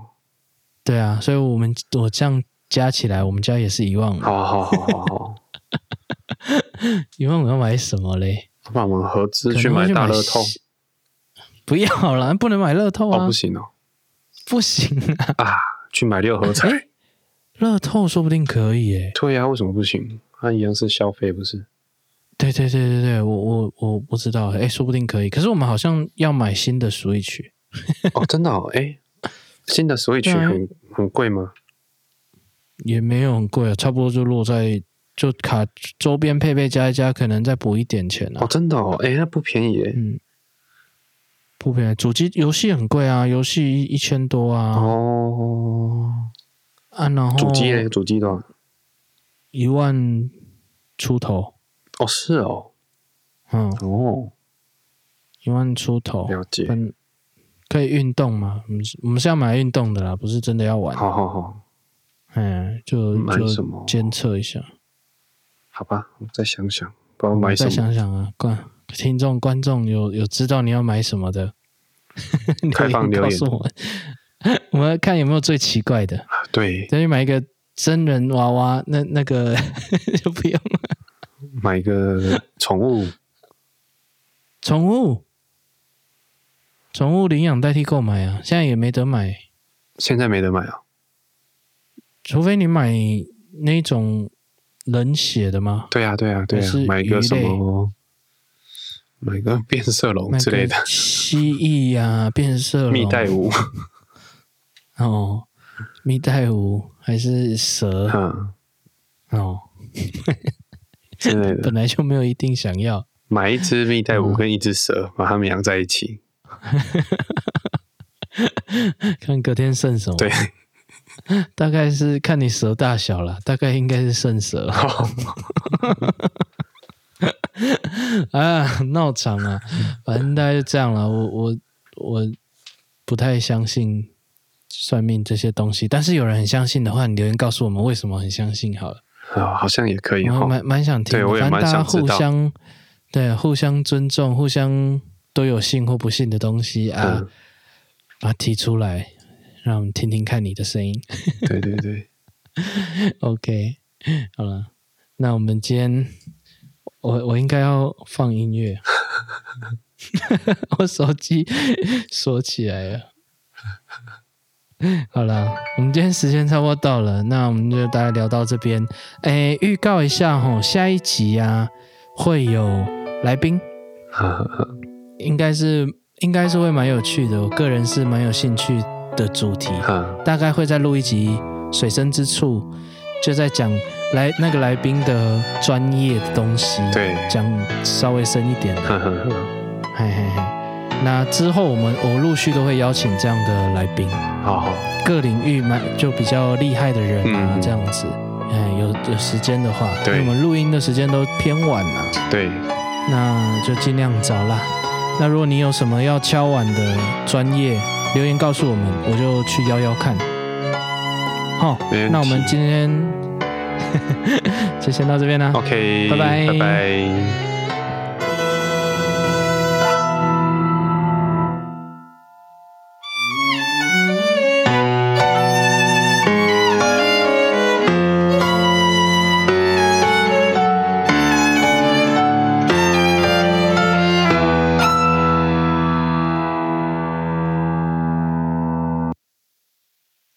[SPEAKER 1] 对啊，所以我们我这样加起来，我们家也是一万五，
[SPEAKER 2] 好好好好 好。
[SPEAKER 1] 一万五要买什么嘞？
[SPEAKER 2] 不然我们合资
[SPEAKER 1] 可能
[SPEAKER 2] 去
[SPEAKER 1] 会
[SPEAKER 2] 买大乐
[SPEAKER 1] 西
[SPEAKER 2] 透，
[SPEAKER 1] 不要啦，不能买乐透啊，
[SPEAKER 2] 哦，不行哦，
[SPEAKER 1] 不行啊，
[SPEAKER 2] 啊，去买六合彩，
[SPEAKER 1] 哎乐透说不定可以耶。
[SPEAKER 2] 对呀、为什么不行？它一样是消费，不是？
[SPEAKER 1] 对对对对对，我我我不知道，哎，说不定可以。可是我们好像要买新的 Switch，
[SPEAKER 2] 哦，真的哦，哎，新的 Switch
[SPEAKER 1] 对啊
[SPEAKER 2] 很很贵吗？
[SPEAKER 1] 也没有很贵啊，差不多就落在就卡周边配备加一加，可能再补一点钱
[SPEAKER 2] 哦，
[SPEAKER 1] 啊。
[SPEAKER 2] 真的哦，哎，那不便宜哎。
[SPEAKER 1] 嗯，不便宜，主机游戏很贵啊，游戏一一千多啊。
[SPEAKER 2] 哦，
[SPEAKER 1] 啊，然后
[SPEAKER 2] 主机嘞，主机多少？
[SPEAKER 1] 一万出头，
[SPEAKER 2] 哦，是哦，
[SPEAKER 1] 嗯，
[SPEAKER 2] 哦，
[SPEAKER 1] 一万出头，
[SPEAKER 2] 了解
[SPEAKER 1] 嗯，可以运动吗？我们是我们是要买运动的啦，不是真的要玩。
[SPEAKER 2] 好好好，
[SPEAKER 1] 嗯，就
[SPEAKER 2] 买什
[SPEAKER 1] 就
[SPEAKER 2] 么
[SPEAKER 1] 监测一下，
[SPEAKER 2] 好吧，我再想想，不知道买什
[SPEAKER 1] 再
[SPEAKER 2] 么，
[SPEAKER 1] 想想啊，观听众观众有有知道你要买什么的，你
[SPEAKER 2] 开放留
[SPEAKER 1] 告
[SPEAKER 2] 言
[SPEAKER 1] 诉我们， 我们看有没有最奇怪的。
[SPEAKER 2] 啊对，
[SPEAKER 1] 再去买一个真人娃娃，那那个 就不用了。
[SPEAKER 2] 买个宠物，
[SPEAKER 1] 宠物，宠物领养代替购买啊，现在也没得买，
[SPEAKER 2] 现在没得买啊，
[SPEAKER 1] 除非你买那种冷血的吗？
[SPEAKER 2] 对啊对啊对
[SPEAKER 1] 还
[SPEAKER 2] 啊
[SPEAKER 1] 是，
[SPEAKER 2] 买
[SPEAKER 1] 鱼
[SPEAKER 2] 个
[SPEAKER 1] 类
[SPEAKER 2] 什么，买个 变色龙
[SPEAKER 1] 那
[SPEAKER 2] 之类
[SPEAKER 1] 个
[SPEAKER 2] 的，
[SPEAKER 1] 蜥蜴呀、变色龙、
[SPEAKER 2] 蜜袋鼯，
[SPEAKER 1] 哦，蜜袋鼯还是蛇
[SPEAKER 2] 嗯
[SPEAKER 1] 哦，
[SPEAKER 2] 之类的
[SPEAKER 1] 本，来就没有一定想要。
[SPEAKER 2] 买一只蜜袋鼯
[SPEAKER 1] 嗯
[SPEAKER 2] 跟一只蛇，把它们养在一起，
[SPEAKER 1] 看隔天剩什么，
[SPEAKER 2] 对，
[SPEAKER 1] 大概是看你蛇大小了，大概应该是剩蛇
[SPEAKER 2] 哦
[SPEAKER 1] 啊，闹场啊，反正大概就这样了。我我我不太相信算命这些东西，但是有人很相信的话，你留言告诉我们为什么很相信好了。
[SPEAKER 2] 啊，好像也可以
[SPEAKER 1] 我
[SPEAKER 2] 哈，
[SPEAKER 1] 蛮蛮想听
[SPEAKER 2] 对
[SPEAKER 1] 的，
[SPEAKER 2] 我也
[SPEAKER 1] 反正
[SPEAKER 2] 蛮
[SPEAKER 1] 大家
[SPEAKER 2] 想知
[SPEAKER 1] 互
[SPEAKER 2] 道
[SPEAKER 1] 相对互相尊重，互相都有信或不信的东西啊，
[SPEAKER 2] 嗯，
[SPEAKER 1] 把它提出来，让我们听听看你的声音。
[SPEAKER 2] 对对对，
[SPEAKER 1] OK，好了，那我们今天我我应该要放音乐，我手机锁起来了。好了，我们今天时间差不多到了，那我们就大概聊到这边。哎，预告一下吼，下一集啊会有来宾，
[SPEAKER 2] 哈哈哈
[SPEAKER 1] 应该是应该是会蛮有趣的，我个人是蛮有兴趣的主题。
[SPEAKER 2] 哈，
[SPEAKER 1] 大概会再录一集《水深之处》，就在讲来那个来宾的专业的东西，
[SPEAKER 2] 对嗯
[SPEAKER 1] 讲稍微深一点的，
[SPEAKER 2] 哈哈哈，
[SPEAKER 1] 嘿嘿嘿。那之后我们我陆续都会邀请这样的来宾，
[SPEAKER 2] 好好，
[SPEAKER 1] 各领域蛮就比较厉害的人啊，
[SPEAKER 2] 嗯
[SPEAKER 1] 这样子。嗯，有有时间的话，因为
[SPEAKER 2] 对
[SPEAKER 1] 我们录音的时间都偏晚啊了、
[SPEAKER 2] 对，
[SPEAKER 1] 嗯那就尽量找啦。那如果你有什么要敲碗的专业留言告诉我们，我就去邀邀看。好
[SPEAKER 2] 没问，题
[SPEAKER 1] 那我们今天 就先到这边啦。
[SPEAKER 2] OK，
[SPEAKER 1] 拜拜
[SPEAKER 2] 拜拜。